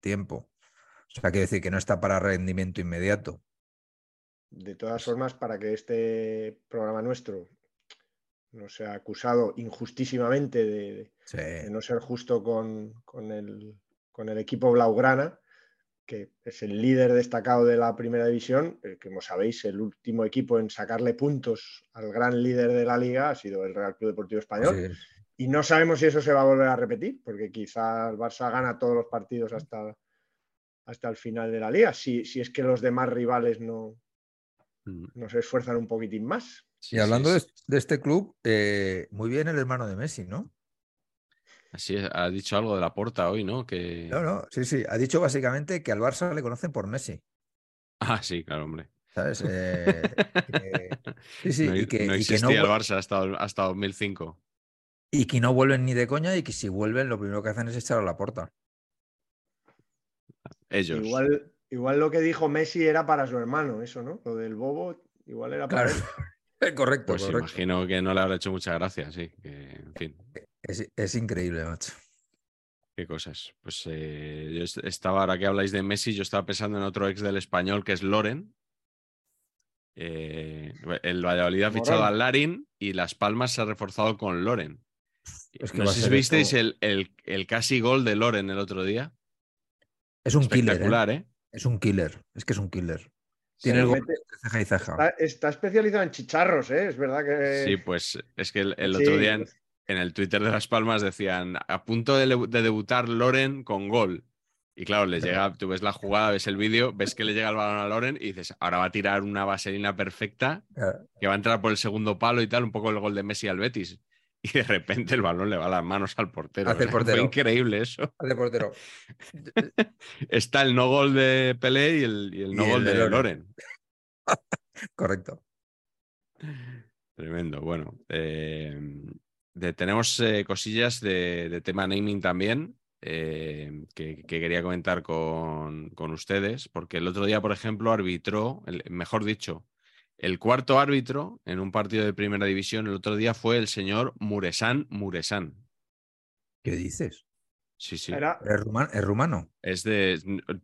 Speaker 5: tiempo. O sea, quiere decir que no está para rendimiento inmediato.
Speaker 3: De todas formas, para que este programa nuestro no sea acusado injustísimamente de, sí. de no ser justo con, con, el, con, el, equipo Blaugrana, que es el líder destacado de la primera división, eh, que como sabéis, el último equipo en sacarle puntos al gran líder de la liga ha sido el Real Club Deportivo Español. Sí. Y no sabemos si eso se va a volver a repetir, porque quizás el Barça gana todos los partidos hasta, hasta el final de la liga, si, si es que los demás rivales no,
Speaker 4: Mm,
Speaker 3: nos esfuerzan un poquitín más.
Speaker 5: Sí, y hablando sí, sí. De, de, este club, eh, muy bien el hermano de Messi, ¿no?
Speaker 4: Así es, ha dicho algo de la porta hoy, ¿no? Que...
Speaker 5: No, no, sí, sí. Ha dicho básicamente que al Barça le conocen por Messi.
Speaker 4: Ah, sí, claro, hombre.
Speaker 5: ¿Sabes? Eh, que- sí, sí,
Speaker 4: no,
Speaker 5: y
Speaker 4: no
Speaker 5: que, y que no
Speaker 4: existía el
Speaker 5: vuel-
Speaker 4: Barça hasta, hasta 2005.
Speaker 5: y que no vuelven ni de coña y que si vuelven lo primero que hacen es echar a la puerta.
Speaker 4: Ellos.
Speaker 3: Igual, igual lo que dijo Messi era para su hermano, eso, ¿no? Lo del bobo, igual era para
Speaker 5: Claro.
Speaker 3: él.
Speaker 5: correcto,
Speaker 4: pues
Speaker 5: correcto.
Speaker 4: imagino que no le habrá hecho mucha gracia, sí. que, en fin,
Speaker 5: Es, es increíble, macho.
Speaker 4: qué cosas. Pues eh, yo est- estaba, ahora que habláis de Messi, yo estaba pensando en otro ex del español que es Loren. Eh, el Valladolid ha fichado
Speaker 3: Morón.
Speaker 4: a Larin y Las Palmas se ha reforzado con Loren.
Speaker 5: Es que
Speaker 4: no
Speaker 5: va a
Speaker 4: sé si
Speaker 5: ser
Speaker 4: visteis
Speaker 5: esto-
Speaker 4: el, el- el casi gol de Loren el otro día.
Speaker 5: Es un killer, ¿eh?
Speaker 4: Espectacular, ¿eh?
Speaker 5: Es un killer. Es que es un killer.
Speaker 3: Sí,
Speaker 5: Tiene el gol
Speaker 3: mete-
Speaker 5: entre ceja y ceja.
Speaker 3: Está, está especializado en chicharros, ¿eh? Es verdad que.
Speaker 4: Sí, pues es que el, el
Speaker 3: Sí,
Speaker 4: otro día en,
Speaker 3: pues,
Speaker 4: en el Twitter de Las Palmas decían a punto de, le- de debutar Loren con gol. Y claro, le llega, tú ves la jugada, ves el vídeo, ves que le llega el balón a Loren y dices, ahora va a tirar una vaselina perfecta
Speaker 5: Claro.
Speaker 4: que va a entrar por el segundo palo y tal, un poco el gol de Messi al Betis. Y de repente el balón le va a las manos al portero. ¿eh?
Speaker 5: Hace el
Speaker 4: Fue
Speaker 5: portero.
Speaker 4: increíble eso.
Speaker 5: Al de portero.
Speaker 4: Está el no gol de Pelé y el, y el no
Speaker 5: Y el
Speaker 4: gol
Speaker 5: de
Speaker 4: de
Speaker 5: Loren.
Speaker 4: Loren.
Speaker 5: Correcto.
Speaker 4: Tremendo. Bueno, eh, de- tenemos eh, cosillas de, de tema naming también eh, que, que quería comentar con, con ustedes, porque el otro día, por ejemplo, arbitró, el- mejor dicho, el cuarto árbitro en un partido de primera división el otro día fue el señor Muresan Muresan.
Speaker 5: ¿Qué dices?
Speaker 4: Sí, sí.
Speaker 3: era-
Speaker 5: ¿Es, ruman- es rumano?
Speaker 4: Es de,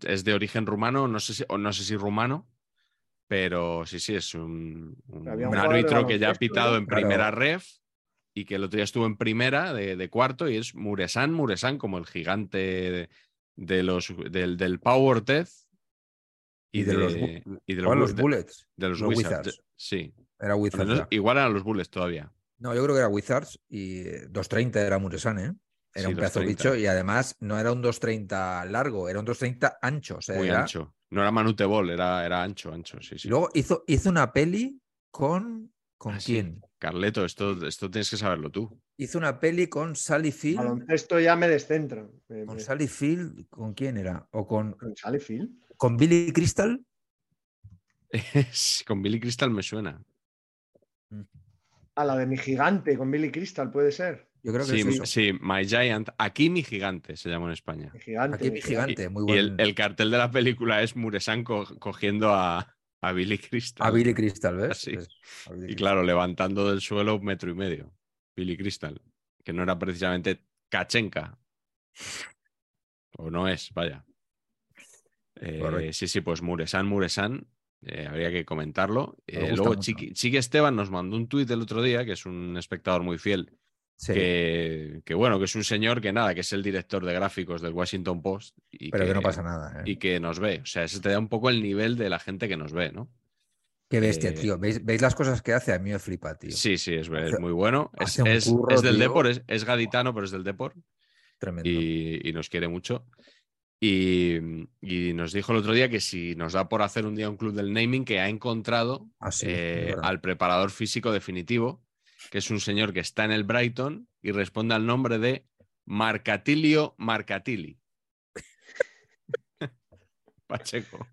Speaker 4: es de origen rumano, no sé si, o no sé si rumano, pero sí, sí, es un, un-
Speaker 3: Había un jugador
Speaker 4: un
Speaker 3: de
Speaker 4: árbitro que ya ha
Speaker 3: baloncesto,
Speaker 4: pitado
Speaker 3: ¿no?
Speaker 4: en
Speaker 5: Claro.
Speaker 4: primera ref y que el otro día estuvo en primera de, de cuarto y es Muresan, Muresan, como el gigante de, de los, del, del Power Tez y,
Speaker 5: Y de
Speaker 4: de,
Speaker 5: los
Speaker 4: y de
Speaker 5: Juegan
Speaker 4: Wi-
Speaker 5: los
Speaker 4: de-
Speaker 5: Bullets.
Speaker 4: de los
Speaker 5: los
Speaker 4: Wizards.
Speaker 5: Wizards.
Speaker 4: Sí,
Speaker 5: Era Wizards.
Speaker 4: Pero no-
Speaker 5: ya.
Speaker 4: igual eran los Bullets todavía.
Speaker 5: No, yo creo que era Wizards y eh, 230 era Muresan, ¿eh? Era
Speaker 4: Sí,
Speaker 5: un pedazo de
Speaker 4: 230.
Speaker 5: bicho y además no era un 230 largo, era un 230 ancho. o sea,
Speaker 4: Muy
Speaker 5: era-
Speaker 4: ancho. No era Manute Ball, era, era ancho, ancho. Sí,
Speaker 5: Y
Speaker 4: sí.
Speaker 5: luego hizo, hizo una peli con. ¿Con
Speaker 4: Ah, sí.
Speaker 5: quién?
Speaker 4: Carleto, esto, esto tienes que saberlo tú.
Speaker 5: Hizo una peli con Sally Field.
Speaker 3: Baloncesto ya me descentro. Me-
Speaker 5: ¿Con
Speaker 3: me-
Speaker 5: Sally Field? ¿Con quién era? ¿O con,
Speaker 3: ¿Con Sally Field?
Speaker 5: con Billy Crystal?
Speaker 4: Es- con Billy Crystal me suena.
Speaker 3: A la de mi gigante, con Billy Crystal, puede ser.
Speaker 5: Yo creo que
Speaker 4: Sí,
Speaker 5: es
Speaker 4: m-
Speaker 5: eso.
Speaker 4: sí, My Giant. Aquí mi gigante se llama en España.
Speaker 3: Mi gigante.
Speaker 5: Aquí
Speaker 3: mi
Speaker 5: mi gigante, muy
Speaker 4: Y el,
Speaker 5: buen.
Speaker 4: el cartel de la película es Muresan co- cogiendo a, a Billy Crystal.
Speaker 5: A Billy Crystal, ¿ves?
Speaker 4: Así.
Speaker 5: Es- a Billy
Speaker 4: Y
Speaker 5: Crystal.
Speaker 4: claro, levantando del suelo un metro y medio. Billy Crystal, que no era precisamente Kachenka. O no es, vaya. Eh,
Speaker 5: Correcto.
Speaker 4: sí, sí, pues Muresan, Muresan, eh, habría que comentarlo.
Speaker 5: Me
Speaker 4: Eh,
Speaker 5: gusta
Speaker 4: luego,
Speaker 5: mucho.
Speaker 4: Chiqui, Chiqui Esteban nos mandó un tuit el otro día, que es un espectador muy fiel,
Speaker 5: Sí,
Speaker 4: que, que, bueno, que es un señor que nada, que es el director de gráficos del Washington Post y,
Speaker 5: pero que, no pasa nada. ¿eh?
Speaker 4: y que nos ve. O sea, eso te da un poco el nivel de la gente que nos ve, ¿no?
Speaker 5: Qué bestia,
Speaker 4: eh,
Speaker 5: tío. ¿Veis, veis las cosas que hace? A mí me flipa, tío.
Speaker 4: Sí, sí, es, ver- es
Speaker 5: Hace-
Speaker 4: muy bueno. Es,
Speaker 5: hace un
Speaker 4: es-
Speaker 5: curro,
Speaker 4: es del
Speaker 5: tío.
Speaker 4: Depor, es, es gaditano, pero es del Depor
Speaker 5: Tremendo.
Speaker 4: y, y nos quiere mucho. Y, y nos dijo el otro día que si nos da por hacer un día un club del naming, que ha encontrado
Speaker 5: Así,
Speaker 4: eh, al preparador físico definitivo, que es un señor que está en el Brighton y responde al nombre de Marcatilio Marcatili. Pacheco.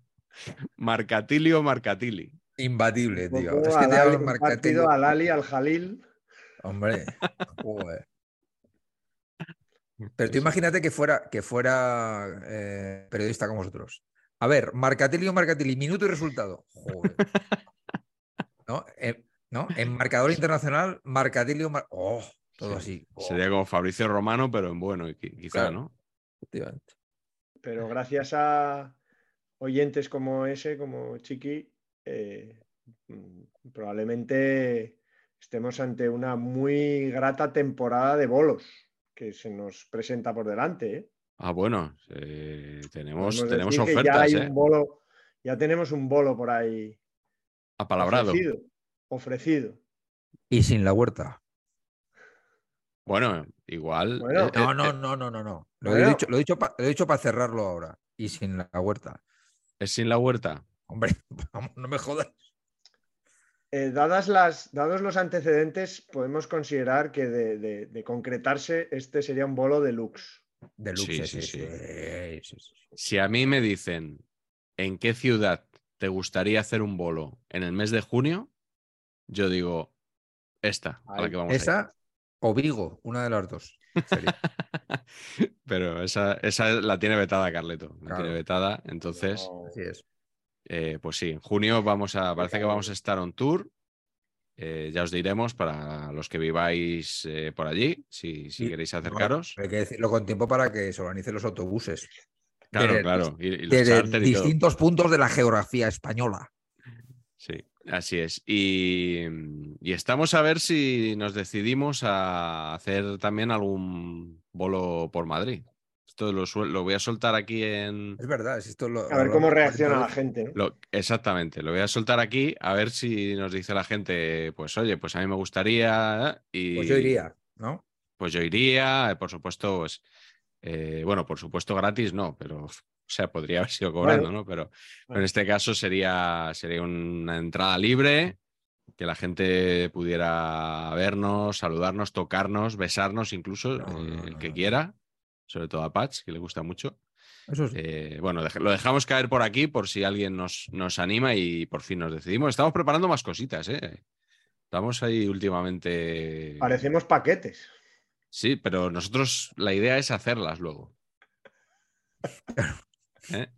Speaker 4: Marcatilio Marcatili.
Speaker 5: Imbatible,
Speaker 3: Un
Speaker 5: tío.
Speaker 3: poco
Speaker 5: Es que
Speaker 3: Pues al
Speaker 5: te
Speaker 3: Ali-
Speaker 5: hablo
Speaker 3: un
Speaker 5: marcatelo.
Speaker 3: partido al Ali, al Jalil.
Speaker 5: Hombre. joder. Pero
Speaker 4: Sí, sí.
Speaker 5: tú imagínate que fuera, que fuera eh, periodista como vosotros. A ver, Marcatelli o Marcatelli, minuto y resultado. Joder. ¿No? Eh, ¿no? En marcador internacional, Marcatelli o Mar- ¡Oh! Todo así. Oh,
Speaker 4: Sería como Fabricio Romano, pero en bueno, y qui- quizá,
Speaker 5: Claro.
Speaker 4: ¿no?
Speaker 5: efectivamente.
Speaker 3: Pero gracias a oyentes como ese, como Chiqui, eh, mm, probablemente estemos ante una muy grata temporada de bolos que se nos presenta por delante. ¿eh?
Speaker 4: Ah, bueno, eh, tenemos,
Speaker 3: Podemos
Speaker 4: tenemos
Speaker 3: decir que ya
Speaker 4: ofertas,
Speaker 3: hay
Speaker 4: ¿eh?
Speaker 3: un bolo, ya tenemos un bolo por ahí
Speaker 4: Apalabrado.
Speaker 3: ofrecido, ofrecido.
Speaker 5: Y sin la huerta.
Speaker 4: Bueno, igual.
Speaker 3: Bueno.
Speaker 4: eh,
Speaker 5: No,
Speaker 4: eh,
Speaker 5: no, no, no, no, no. Lo he
Speaker 3: Bueno.
Speaker 5: dicho, lo he dicho pa- lo he dicho para cerrarlo ahora. Y sin la huerta.
Speaker 4: Es sin la huerta.
Speaker 5: Hombre, vamos, no me jodas.
Speaker 3: Eh, dadas las, dados los antecedentes, podemos considerar que de, de- de concretarse, este sería un bolo de lux.
Speaker 5: Deluxe, eh,
Speaker 4: Sí,
Speaker 5: sí,
Speaker 4: sí,
Speaker 5: sí,
Speaker 4: sí.
Speaker 5: sí, sí, sí.
Speaker 4: Si a mí me dicen en qué ciudad ¿te gustaría hacer un bolo en el mes de junio? Yo digo, esta, a la que vamos
Speaker 5: esa
Speaker 4: a ir.
Speaker 5: o Vigo, una de las dos. sería.
Speaker 4: Pero esa, esa la tiene vetada Carleto, la
Speaker 5: Claro.
Speaker 4: tiene vetada. Entonces,
Speaker 3: No.
Speaker 5: Así es.
Speaker 4: eh, pues sí, en junio vamos a, parece que vamos a estar on tour. Eh, ya os diremos para los que viváis eh, por allí, si, si
Speaker 5: Y-
Speaker 4: queréis
Speaker 5: Bueno,
Speaker 4: acercaros.
Speaker 5: hay que decirlo con tiempo para que se organicen los autobuses
Speaker 4: Claro,
Speaker 5: desde-
Speaker 4: claro. Y, y los
Speaker 5: desde
Speaker 4: charter y todo.
Speaker 5: distintos puntos de la geografía española.
Speaker 4: Sí, así es. Y, mm, y estamos a ver si nos decidimos a hacer también algún bolo por Madrid. Esto lo, suel- lo voy a soltar aquí en...
Speaker 5: Es verdad, es esto lo-
Speaker 3: A ver cómo
Speaker 5: lo-
Speaker 3: reacciona la gente, ¿no?
Speaker 4: lo- exactamente, lo voy a soltar aquí a ver si nos dice la gente, pues oye, pues a mí me gustaría ¿eh? y
Speaker 5: Pues yo iría, ¿no?
Speaker 4: pues yo iría, eh, por supuesto, pues, eh, bueno, por supuesto gratis no, pero, o sea, podría haber sido cobrando, ¿no? Pero, pero en este caso sería, sería una entrada libre, que la gente pudiera vernos, saludarnos, tocarnos, besarnos incluso, eh,
Speaker 5: No, no,
Speaker 4: el
Speaker 5: no,
Speaker 4: que
Speaker 5: no.
Speaker 4: quiera, sobre todo a Patch, que le gusta mucho.
Speaker 5: Eso sí.
Speaker 4: Eh, bueno, dej- lo dejamos caer por aquí por si alguien nos, nos anima y por fin nos decidimos. Estamos preparando más cositas, ¿eh? Estamos ahí últimamente...
Speaker 3: Parecemos paquetes.
Speaker 4: Sí, pero nosotros la idea es hacerlas luego. ¿Eh?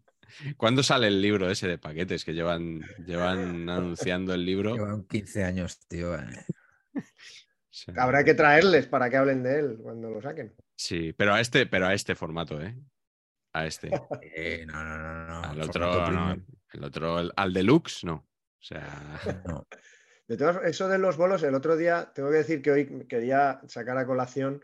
Speaker 4: ¿Cuándo sale el libro ese de paquetes que llevan, llevan anunciando el libro? O
Speaker 5: Llevan 15 años, tío. eh.
Speaker 4: sea,
Speaker 3: Habrá que traerles para que hablen de él cuando lo saquen.
Speaker 4: Sí, pero a este, pero a este formato, ¿eh? A este.
Speaker 5: Eh, no, no, no, no.
Speaker 4: Al
Speaker 5: el
Speaker 4: otro,
Speaker 5: formato
Speaker 4: no.
Speaker 5: premium,
Speaker 4: El otro, el- al deluxe, no. O sea,
Speaker 5: no.
Speaker 3: De todas, eso de los bolos, el otro día, tengo que decir que hoy quería sacar a colación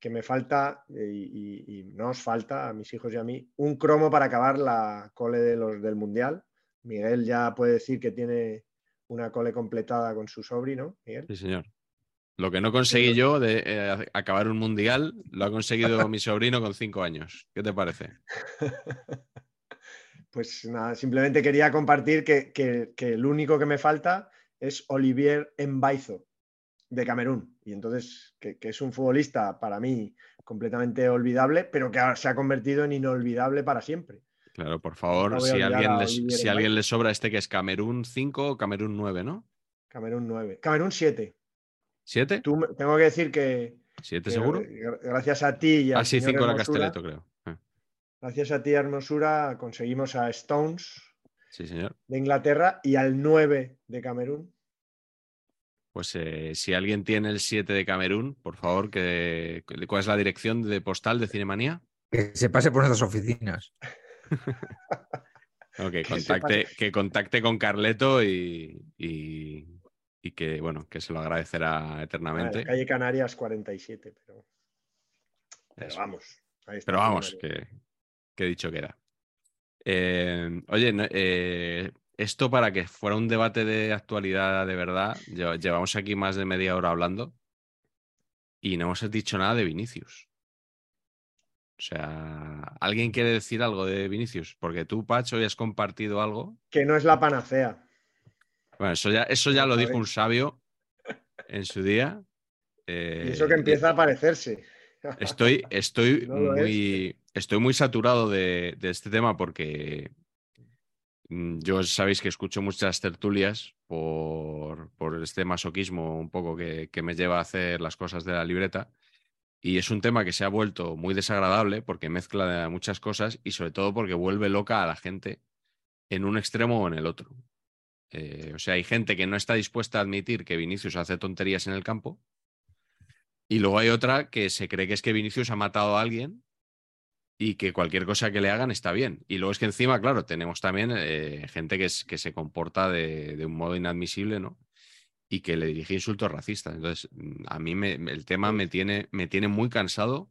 Speaker 3: que me falta, eh, y, y- y nos falta a mis hijos y a mí, un cromo para acabar la cole de los, del Mundial. Miguel ya puede decir que tiene una cole completada con su sobrino, Miguel.
Speaker 4: sí, señor. Lo que no conseguí yo de eh, acabar un mundial, lo ha conseguido mi sobrino con cinco años. ¿Qué te parece?
Speaker 3: Pues nada, simplemente quería compartir que, que- que el único que me falta es Olivier Embaizo, de Camerún. Y entonces, que, que es un futbolista para mí completamente olvidable, pero que ahora se ha convertido en inolvidable para siempre.
Speaker 4: Claro, por
Speaker 3: No
Speaker 4: favor,
Speaker 3: Pues voy a
Speaker 4: si
Speaker 3: olvidar
Speaker 4: alguien,
Speaker 3: a
Speaker 4: les,
Speaker 3: Olivier
Speaker 4: si
Speaker 3: Mbappé.
Speaker 4: alguien les sobra este que es Camerún 5 o Camerún 9, ¿no?
Speaker 3: Camerún 9. Camerún 7.
Speaker 4: ¿7?
Speaker 3: Tú, eh, me- tengo que decir que,
Speaker 4: ¿7
Speaker 3: que
Speaker 4: seguro?
Speaker 3: gra- gracias a ti y a
Speaker 4: Ah, sí, 5 era Casteleto, creo. Ah,
Speaker 3: Gracias a ti, Hermosura, conseguimos a Stones
Speaker 4: Sí, señor.
Speaker 3: de Inglaterra y al 9 de Camerún.
Speaker 4: Pues eh, si alguien tiene el 7 de Camerún, por favor, que, ¿cuál es la dirección de postal de Cinemanía?
Speaker 5: Que se pase por nuestras oficinas.
Speaker 4: No, que,
Speaker 3: Que sepa-
Speaker 4: contacte, que contacte con Carleto y, y- y que, bueno, que se lo agradecerá
Speaker 3: Ah, en la
Speaker 4: eternamente.
Speaker 3: calle Canarias 47, pero, pero
Speaker 4: Eso.
Speaker 3: vamos. ahí está
Speaker 4: Pero vamos,
Speaker 3: Camerún.
Speaker 4: que, que he dicho que era. Eh, oye, no- eh, esto para que fuera un debate de actualidad de verdad, lle- llevamos aquí más de media hora hablando y no hemos dicho nada de Vinicius. O sea, ¿alguien quiere decir algo de Vinicius? Porque tú, Pacho, ya has compartido algo.
Speaker 3: Que no es la panacea.
Speaker 4: Bueno, eso ya, eso ya
Speaker 3: Ya
Speaker 4: lo dijo
Speaker 3: sabéis.
Speaker 4: un sabio en su día.
Speaker 3: Y
Speaker 4: Eh,
Speaker 3: eso que empieza a parecerse.
Speaker 4: Estoy, estoy,
Speaker 3: No lo es.
Speaker 4: muy, estoy muy saturado de, de este tema porque mm, yo sabéis que escucho muchas tertulias por, por este masoquismo un poco que, que me lleva a hacer las cosas de la libreta. Y es un tema que se ha vuelto muy desagradable porque mezcla muchas cosas y sobre todo porque vuelve loca a la gente en un extremo o en el otro. Eh, o sea, hay gente que no está dispuesta a admitir que Vinicius hace tonterías en el campo. Y luego hay otra que se cree que es que Vinicius ha matado a alguien y que cualquier cosa que le hagan está bien. Y luego es que encima, claro, tenemos también eh, gente que, es- que se comporta de, de un modo inadmisible, ¿no? Y que le dirige insultos racistas. Entonces, mm, a mí me- me- el tema me tiene, me tiene muy cansado.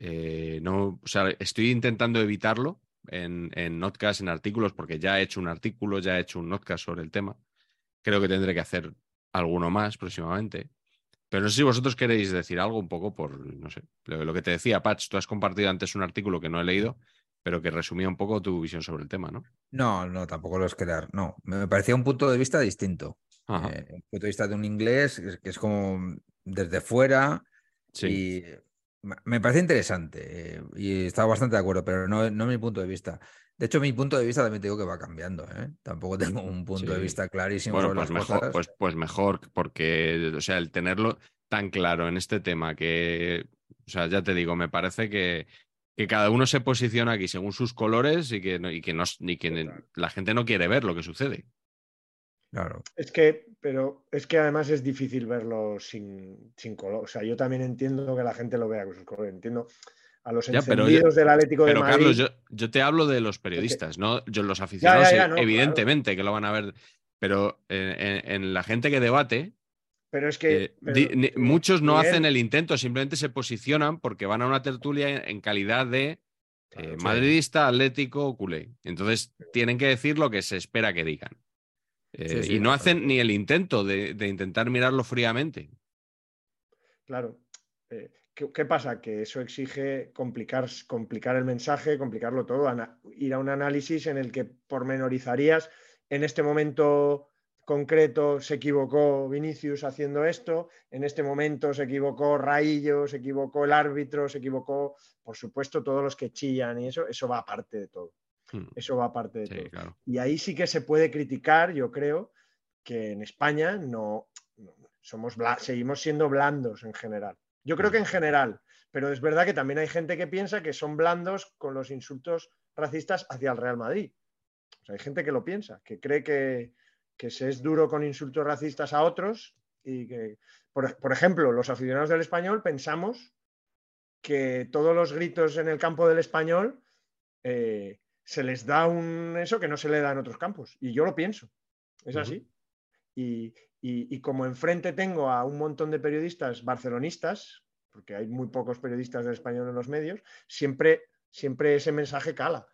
Speaker 4: Eh, no, o sea, estoy intentando evitarlo en, en notcast, en artículos, porque ya he hecho un artículo, ya he hecho un notcast sobre el tema. Creo que tendré que hacer alguno más próximamente. Pero no sé si vosotros queréis decir algo un poco por, no sé, lo, lo que te decía, Patch, tú has compartido antes un artículo que no he leído, pero que resumía un poco tu visión sobre el tema, ¿no?
Speaker 5: No, no, tampoco los quedar. No, me parecía un punto de vista distinto.
Speaker 4: Ajá,
Speaker 5: Eh, un punto de vista de un inglés que es- que es como desde fuera,
Speaker 4: sí.
Speaker 5: Y me- me parece interesante eh, y estaba bastante de acuerdo, pero no, no es mi punto de vista. De hecho, mi punto de vista también te digo que va cambiando. ¿eh? Tampoco tengo un punto sí. de vista clarísimo.
Speaker 4: Bueno,
Speaker 5: sobre
Speaker 4: pues,
Speaker 5: las
Speaker 4: mejor,
Speaker 5: cosas.
Speaker 4: Pues, pues mejor, porque, o sea, el tenerlo tan claro en este tema que, o sea, ya te digo, me parece que, que cada uno se posiciona aquí según sus colores y que, no, y que, no, y que claro. la gente no quiere ver lo que sucede.
Speaker 5: Claro.
Speaker 3: Es que, pero es que además es difícil verlo sin, sin color. O sea, yo también entiendo que la gente lo vea con sus colores. Entiendo a los ya, encendidos pero yo, del Atlético
Speaker 4: pero
Speaker 3: de
Speaker 4: Madrid. Carlos, yo, yo, te hablo de los periodistas, okay. ¿no? Yo, los aficionados, ya, ya, no, evidentemente claro. que lo van a ver, pero eh, en, en, en la gente que debate.
Speaker 3: Pero es que.
Speaker 4: Eh,
Speaker 3: pero,
Speaker 4: di, ni, muchos no hacen el intento, simplemente se posicionan porque van a una tertulia en, en calidad de claro, eh, sí. madridista, atlético, culé. Entonces tienen que decir lo que se espera que digan. Eh, sí, sí, y no claro. hacen ni el intento de, de intentar mirarlo fríamente.
Speaker 3: Claro. eh, ¿qué, pasa? Que eso exige complicar, complicar el mensaje, complicarlo todo, Ana, ir a un análisis en el que pormenorizarías en este momento concreto se equivocó Vinicius haciendo esto, en este momento se equivocó Raillo, se equivocó el árbitro, se equivocó, por supuesto, todos los que chillan y eso, eso va aparte de todo. Hmm. Eso va aparte de sí, todo. Claro. Y ahí sí que se puede criticar, yo creo, que en España no, no somos seguimos siendo blandos en general. Yo creo que en general, pero es verdad que también hay gente que piensa que son blandos con los insultos racistas hacia el Real Madrid. O sea, hay gente que lo piensa, que cree que, que se es duro con insultos racistas a otros y que, por, por, ejemplo, los aficionados del español pensamos que todos los gritos en el campo del español eh, se les da un eso que no se le da en otros campos. Y yo lo pienso. Es uh -huh. así. Y, y, y, como enfrente tengo a un montón de periodistas barcelonistas, porque hay muy pocos periodistas del español en los medios, siempre, siempre ese mensaje cala.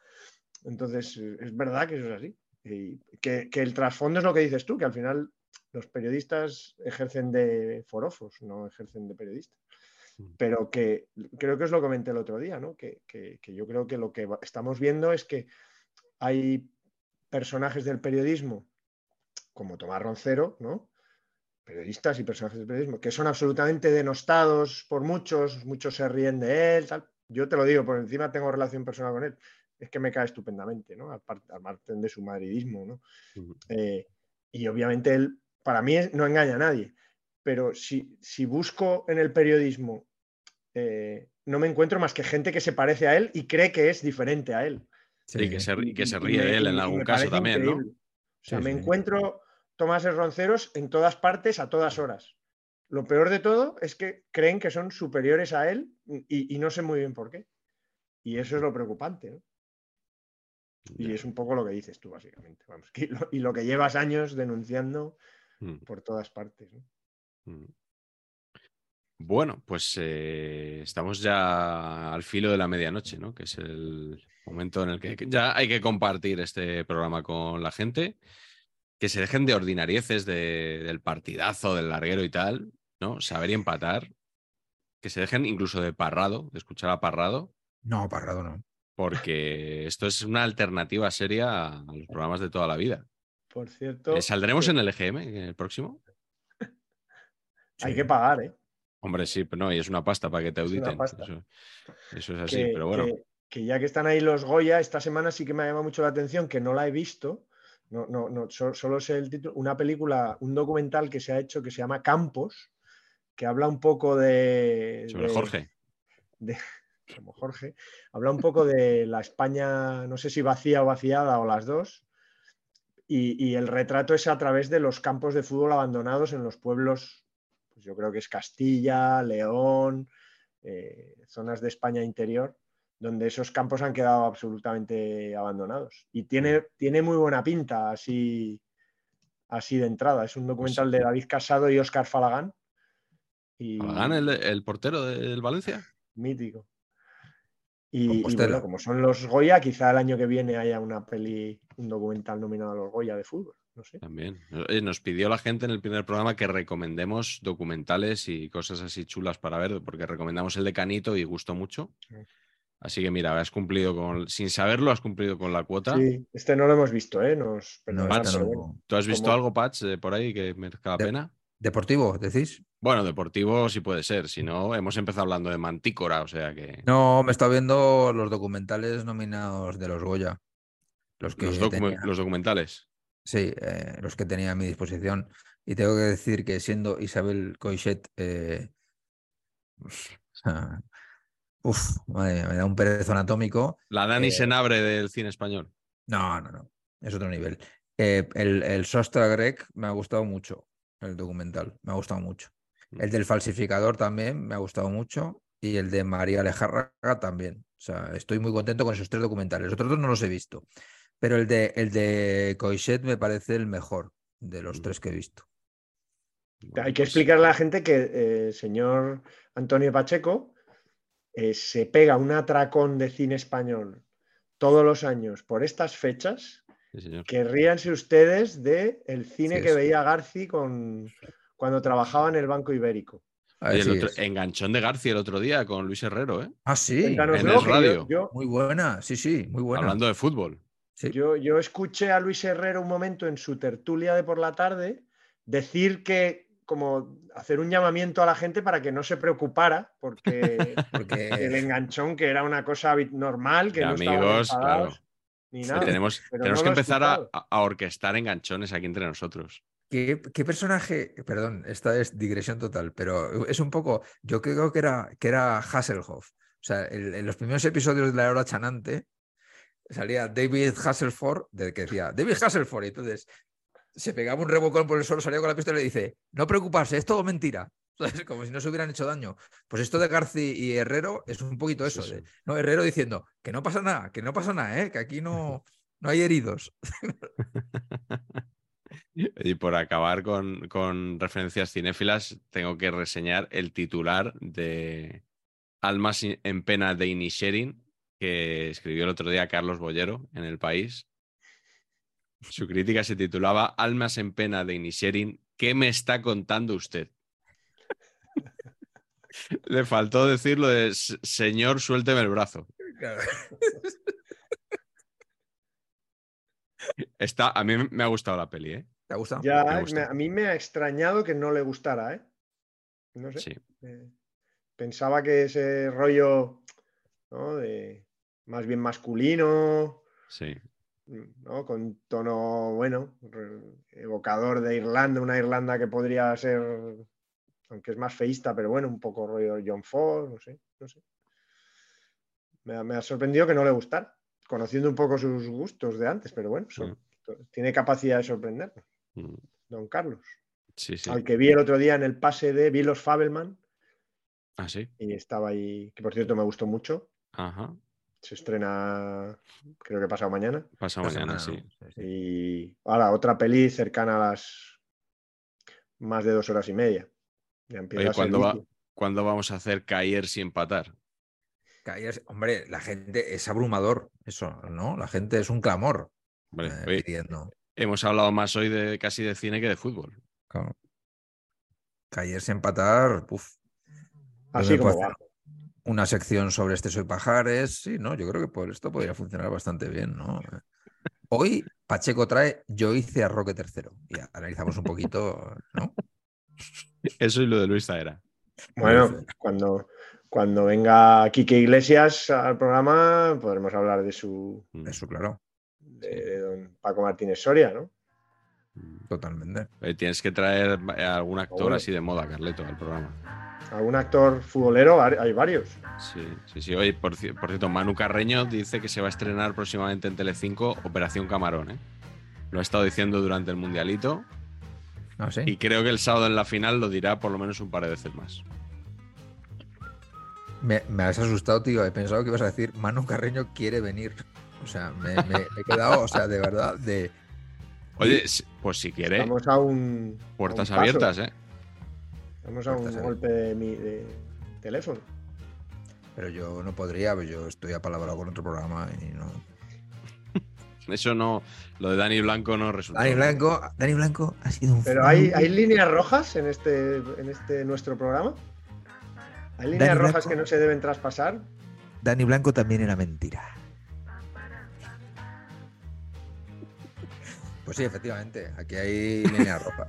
Speaker 3: Entonces, es verdad que eso es así. Y que, que, el trasfondo es lo que dices tú, que al final los periodistas ejercen de forofos, no ejercen de periodistas. Pero que creo que es lo que comenté el otro día, ¿no? que, que, que yo creo que lo que estamos viendo es que hay personajes del periodismo como Tomás Roncero, ¿no? periodistas y personajes del periodismo, que son absolutamente denostados por muchos, muchos se ríen de él, tal. Yo te lo digo, por encima tengo relación personal con él, es que me cae estupendamente, ¿no? Al, al margen de su madridismo, ¿no? Uh -huh. eh, y obviamente él, para mí, no engaña a nadie, pero si, si busco en el periodismo, eh, no me encuentro más que gente que se parece a él y cree que es diferente a él.
Speaker 4: Sí, eh, que, se, que se ríe de él en algún caso también, increíble. ¿no?
Speaker 3: O sea, sí, me sí. encuentro Tomás Ronceros en todas partes, a todas horas. Lo peor de todo es que creen que son superiores a él y, y no sé muy bien por qué. Y eso es lo preocupante. ¿no? Y yeah. es un poco lo que dices tú, básicamente. Vamos, que lo, y lo que llevas años denunciando mm. por todas partes. ¿no?
Speaker 4: Mm. Bueno, pues eh, estamos ya al filo de la medianoche, ¿no? que es el momento en el que ya hay que compartir este programa con la gente que se dejen de ordinarieces de, del partidazo, del larguero y tal, ¿no? Saber y empatar. Que se dejen incluso de parrado, de escuchar a parrado.
Speaker 5: No, parrado no.
Speaker 4: Porque esto es una alternativa seria a los programas de toda la vida. Eh,
Speaker 3: Por cierto.
Speaker 4: ¿Saldremos sí. en el EGM en el próximo?
Speaker 3: Hay sí. que pagar, ¿eh?
Speaker 4: Hombre, sí, pero no, y es una pasta eh, para que te auditen. Es eso, eso, es así,
Speaker 3: que,
Speaker 4: pero bueno.
Speaker 3: Que, que, ya que están ahí los Goya, esta semana sí que me ha llamado mucho la atención, que no la he visto, no, no, no, solo sé el título, una película, un documental que se ha hecho que se llama Campos, que habla un poco de...
Speaker 4: Sobre
Speaker 3: de,
Speaker 4: Jorge.
Speaker 3: De, como Jorge, habla un poco de la España, no sé si vacía o vaciada o las dos, y, y el retrato es a través de los campos de fútbol abandonados en los pueblos, pues yo creo que es Castilla, León, eh, zonas de España interior donde esos campos han quedado absolutamente abandonados. Y tiene, tiene muy buena pinta así, así de entrada. Es un
Speaker 4: Pues
Speaker 3: documental de David Casado y Oscar Falagán.
Speaker 4: Y... ¿Falagán, el, el portero del Valencia?
Speaker 3: Mítico. Y, y bueno, como son los Goya, quizá el año que viene haya una peli, un documental nominado a los Goya de fútbol. No sé.
Speaker 4: También. Eh, Nos pidió la gente en el primer programa que recomendemos documentales y cosas así chulas para ver, porque recomendamos el de Canito y gustó mucho. Sí. Así que mira, has cumplido con, sin saberlo, has cumplido con la cuota.
Speaker 3: Sí, este no lo hemos visto, ¿eh? Nos,
Speaker 4: no, Pats, no. ¿Tú has visto ¿Cómo? algo, Patch, de por ahí que merezca la
Speaker 5: de,
Speaker 4: pena?
Speaker 5: ¿Deportivo, decís?
Speaker 4: Bueno, deportivo sí puede ser, si no, hemos empezado hablando de Mantícora, o sea que...
Speaker 5: No, me está viendo los documentales nominados de los Goya.
Speaker 4: Los, que los, docu tenía, los documentales.
Speaker 5: Sí, eh, los que tenía a mi disposición. Y tengo que decir que siendo Isabel Coixet, eh, uf, madre mía, me da un perezo anatómico.
Speaker 4: La Dani eh, Senabre del cine español.
Speaker 5: No, no, no, es otro nivel. Eh, el, el Sostra Greg me ha gustado mucho, el documental, me ha gustado mucho.
Speaker 4: Mm.
Speaker 5: El del falsificador también me ha gustado mucho y el de María Alejárraga también. O sea, estoy muy contento con esos tres documentales. Los otros dos no los he visto, pero el de, el de Coixet me parece el mejor de
Speaker 4: Mm.
Speaker 5: los tres que he visto.
Speaker 3: Hay que
Speaker 4: pues,
Speaker 3: explicarle a la gente que el eh, señor Antonio Pacheco eh, se pega un atracón de cine español todos los años por estas fechas. Sí, que ríanse ustedes del el cine sí, que sí. veía Garci con, cuando trabajaba en el Banco Ibérico.
Speaker 4: Y el otro, enganchón de García el otro día con Luis Herrero, ¿eh?
Speaker 5: Ah, sí.
Speaker 4: En el radio.
Speaker 5: Yo, yo, muy buena, sí, sí, muy buena.
Speaker 4: Hablando de fútbol.
Speaker 3: Sí. Yo, yo, escuché a Luis Herrero un momento en su tertulia de por la tarde decir que, como hacer un llamamiento a la gente para que no se preocupara, porque, porque... el enganchón, que era una cosa normal, que de no
Speaker 4: amigos, claro. Ni nada, sí, tenemos, tenemos no que empezar a, a orquestar enganchones aquí entre nosotros.
Speaker 5: ¿Qué, ¿Qué, personaje? Perdón, esta es digresión total, pero es un poco. Yo creo que era, que era Hasselhoff. O sea, en, en los primeros episodios de La Hora Chanante salía David Hasselford, de que decía David Hasselford, y entonces se pegaba un rebocón por el suelo, salía con la pistola y le dice: No preocuparse, es todo mentira. ¿Sabes? Como si no se hubieran hecho daño. Pues esto de Garci y Herrero es un poquito eso. Sí, sí. De, no, Herrero diciendo que no pasa nada, que no pasa nada, ¿eh? que aquí no, no hay heridos.
Speaker 4: Y por acabar con, con, referencias cinéfilas, tengo que reseñar el titular de Almas en pena de Inisherin, que escribió el otro día Carlos Bollero en El País. Su crítica se titulaba Almas en pena de Inisherin, ¿qué me está contando usted? Le faltó decirlo de señor, suélteme el brazo. Claro. Está, a mí me ha gustado la peli, ¿eh?
Speaker 5: ¿Te ha gustado?
Speaker 3: Ya,
Speaker 5: me ha
Speaker 3: gustado. a mí me ha extrañado que no le gustara, ¿eh? No sé. Sí. Eh, pensaba que ese rollo, ¿no? De más bien masculino.
Speaker 4: Sí.
Speaker 3: ¿no? Con tono, bueno, evocador de Irlanda, una Irlanda que podría ser, aunque es más feísta, pero bueno, un poco rollo John Ford, no sé, no sé. me ha, me ha sorprendido que no le gustara conociendo un poco sus gustos de antes, pero bueno, son, sí. tiene capacidad de sorprendernos. Mm. Don Carlos.
Speaker 4: Sí, sí.
Speaker 3: Al que vi el otro día en el pase de vi los Fabelman.
Speaker 4: Ah, sí.
Speaker 3: Y estaba ahí, que por cierto me gustó mucho.
Speaker 4: Ajá.
Speaker 3: Se estrena, creo que pasado mañana.
Speaker 4: Pasado mañana, sí.
Speaker 3: Y ahora, otra peli cercana a las más de dos horas y media.
Speaker 4: Ya Oye, ¿cuándo, va, ¿cuándo vamos a hacer caer sin empatar?
Speaker 5: hombre, la gente es abrumador, eso, ¿no? La gente es un clamor.
Speaker 4: Vale, eh, pidiendo. Hemos hablado más hoy de casi de cine que de fútbol.
Speaker 5: Claro. Callerse empatar, puf.
Speaker 3: Así Ah, como
Speaker 4: pues,
Speaker 3: va.
Speaker 5: Una sección sobre este soy pajares, sí, ¿no? Yo creo que por esto podría funcionar bastante bien, ¿no? Hoy Pacheco trae Yo hice a Roque III. Y analizamos un poquito, ¿no?
Speaker 4: Eso y lo de Luis Zaera. pues,
Speaker 3: Bueno,
Speaker 4: eh.
Speaker 5: Pues,
Speaker 3: cuando, cuando venga Quique Iglesias al programa, podremos hablar de su.
Speaker 4: Mm.
Speaker 5: Eso, claro.
Speaker 3: De, de, don Paco Martínez Soria, ¿no?
Speaker 5: Totalmente.
Speaker 4: tienes que traer a algún actor bueno. así de moda, Carleto, al programa.
Speaker 3: ¿Algún actor futbolero? Hay varios.
Speaker 4: Sí, sí, sí. Oye, por, por cierto, Manu Carreño dice que se va a estrenar próximamente en Telecinco Operación Camarón, ¿eh? Lo ha estado diciendo durante el Mundialito.
Speaker 5: ¿Ah, sí?
Speaker 4: Y creo que el sábado en la final lo dirá por lo menos un par de veces más.
Speaker 5: Me, me, has asustado, tío. He pensado que ibas a decir, Manu Carreño quiere venir. O sea, me, me he quedado, o sea, de verdad, de...
Speaker 4: Oye, pues si quiere...
Speaker 3: Vamos a un...
Speaker 4: Puertas
Speaker 3: a
Speaker 4: un abiertas, ¿eh?
Speaker 3: Vamos a puertas un golpe de, mi, de teléfono.
Speaker 5: Pero yo no podría, pues yo estoy apalabrado con otro programa y no...
Speaker 4: Eso no, lo de Dani Blanco no resulta.
Speaker 5: Dani Blanco, Dani Blanco ha sido un...
Speaker 3: Pero hay, hay líneas rojas en este, en este nuestro programa. ¿Hay líneas Dani rojas Blanco, que no se deben traspasar?
Speaker 5: Dani Blanco también era mentira. Pues sí, efectivamente, aquí hay líneas rojas.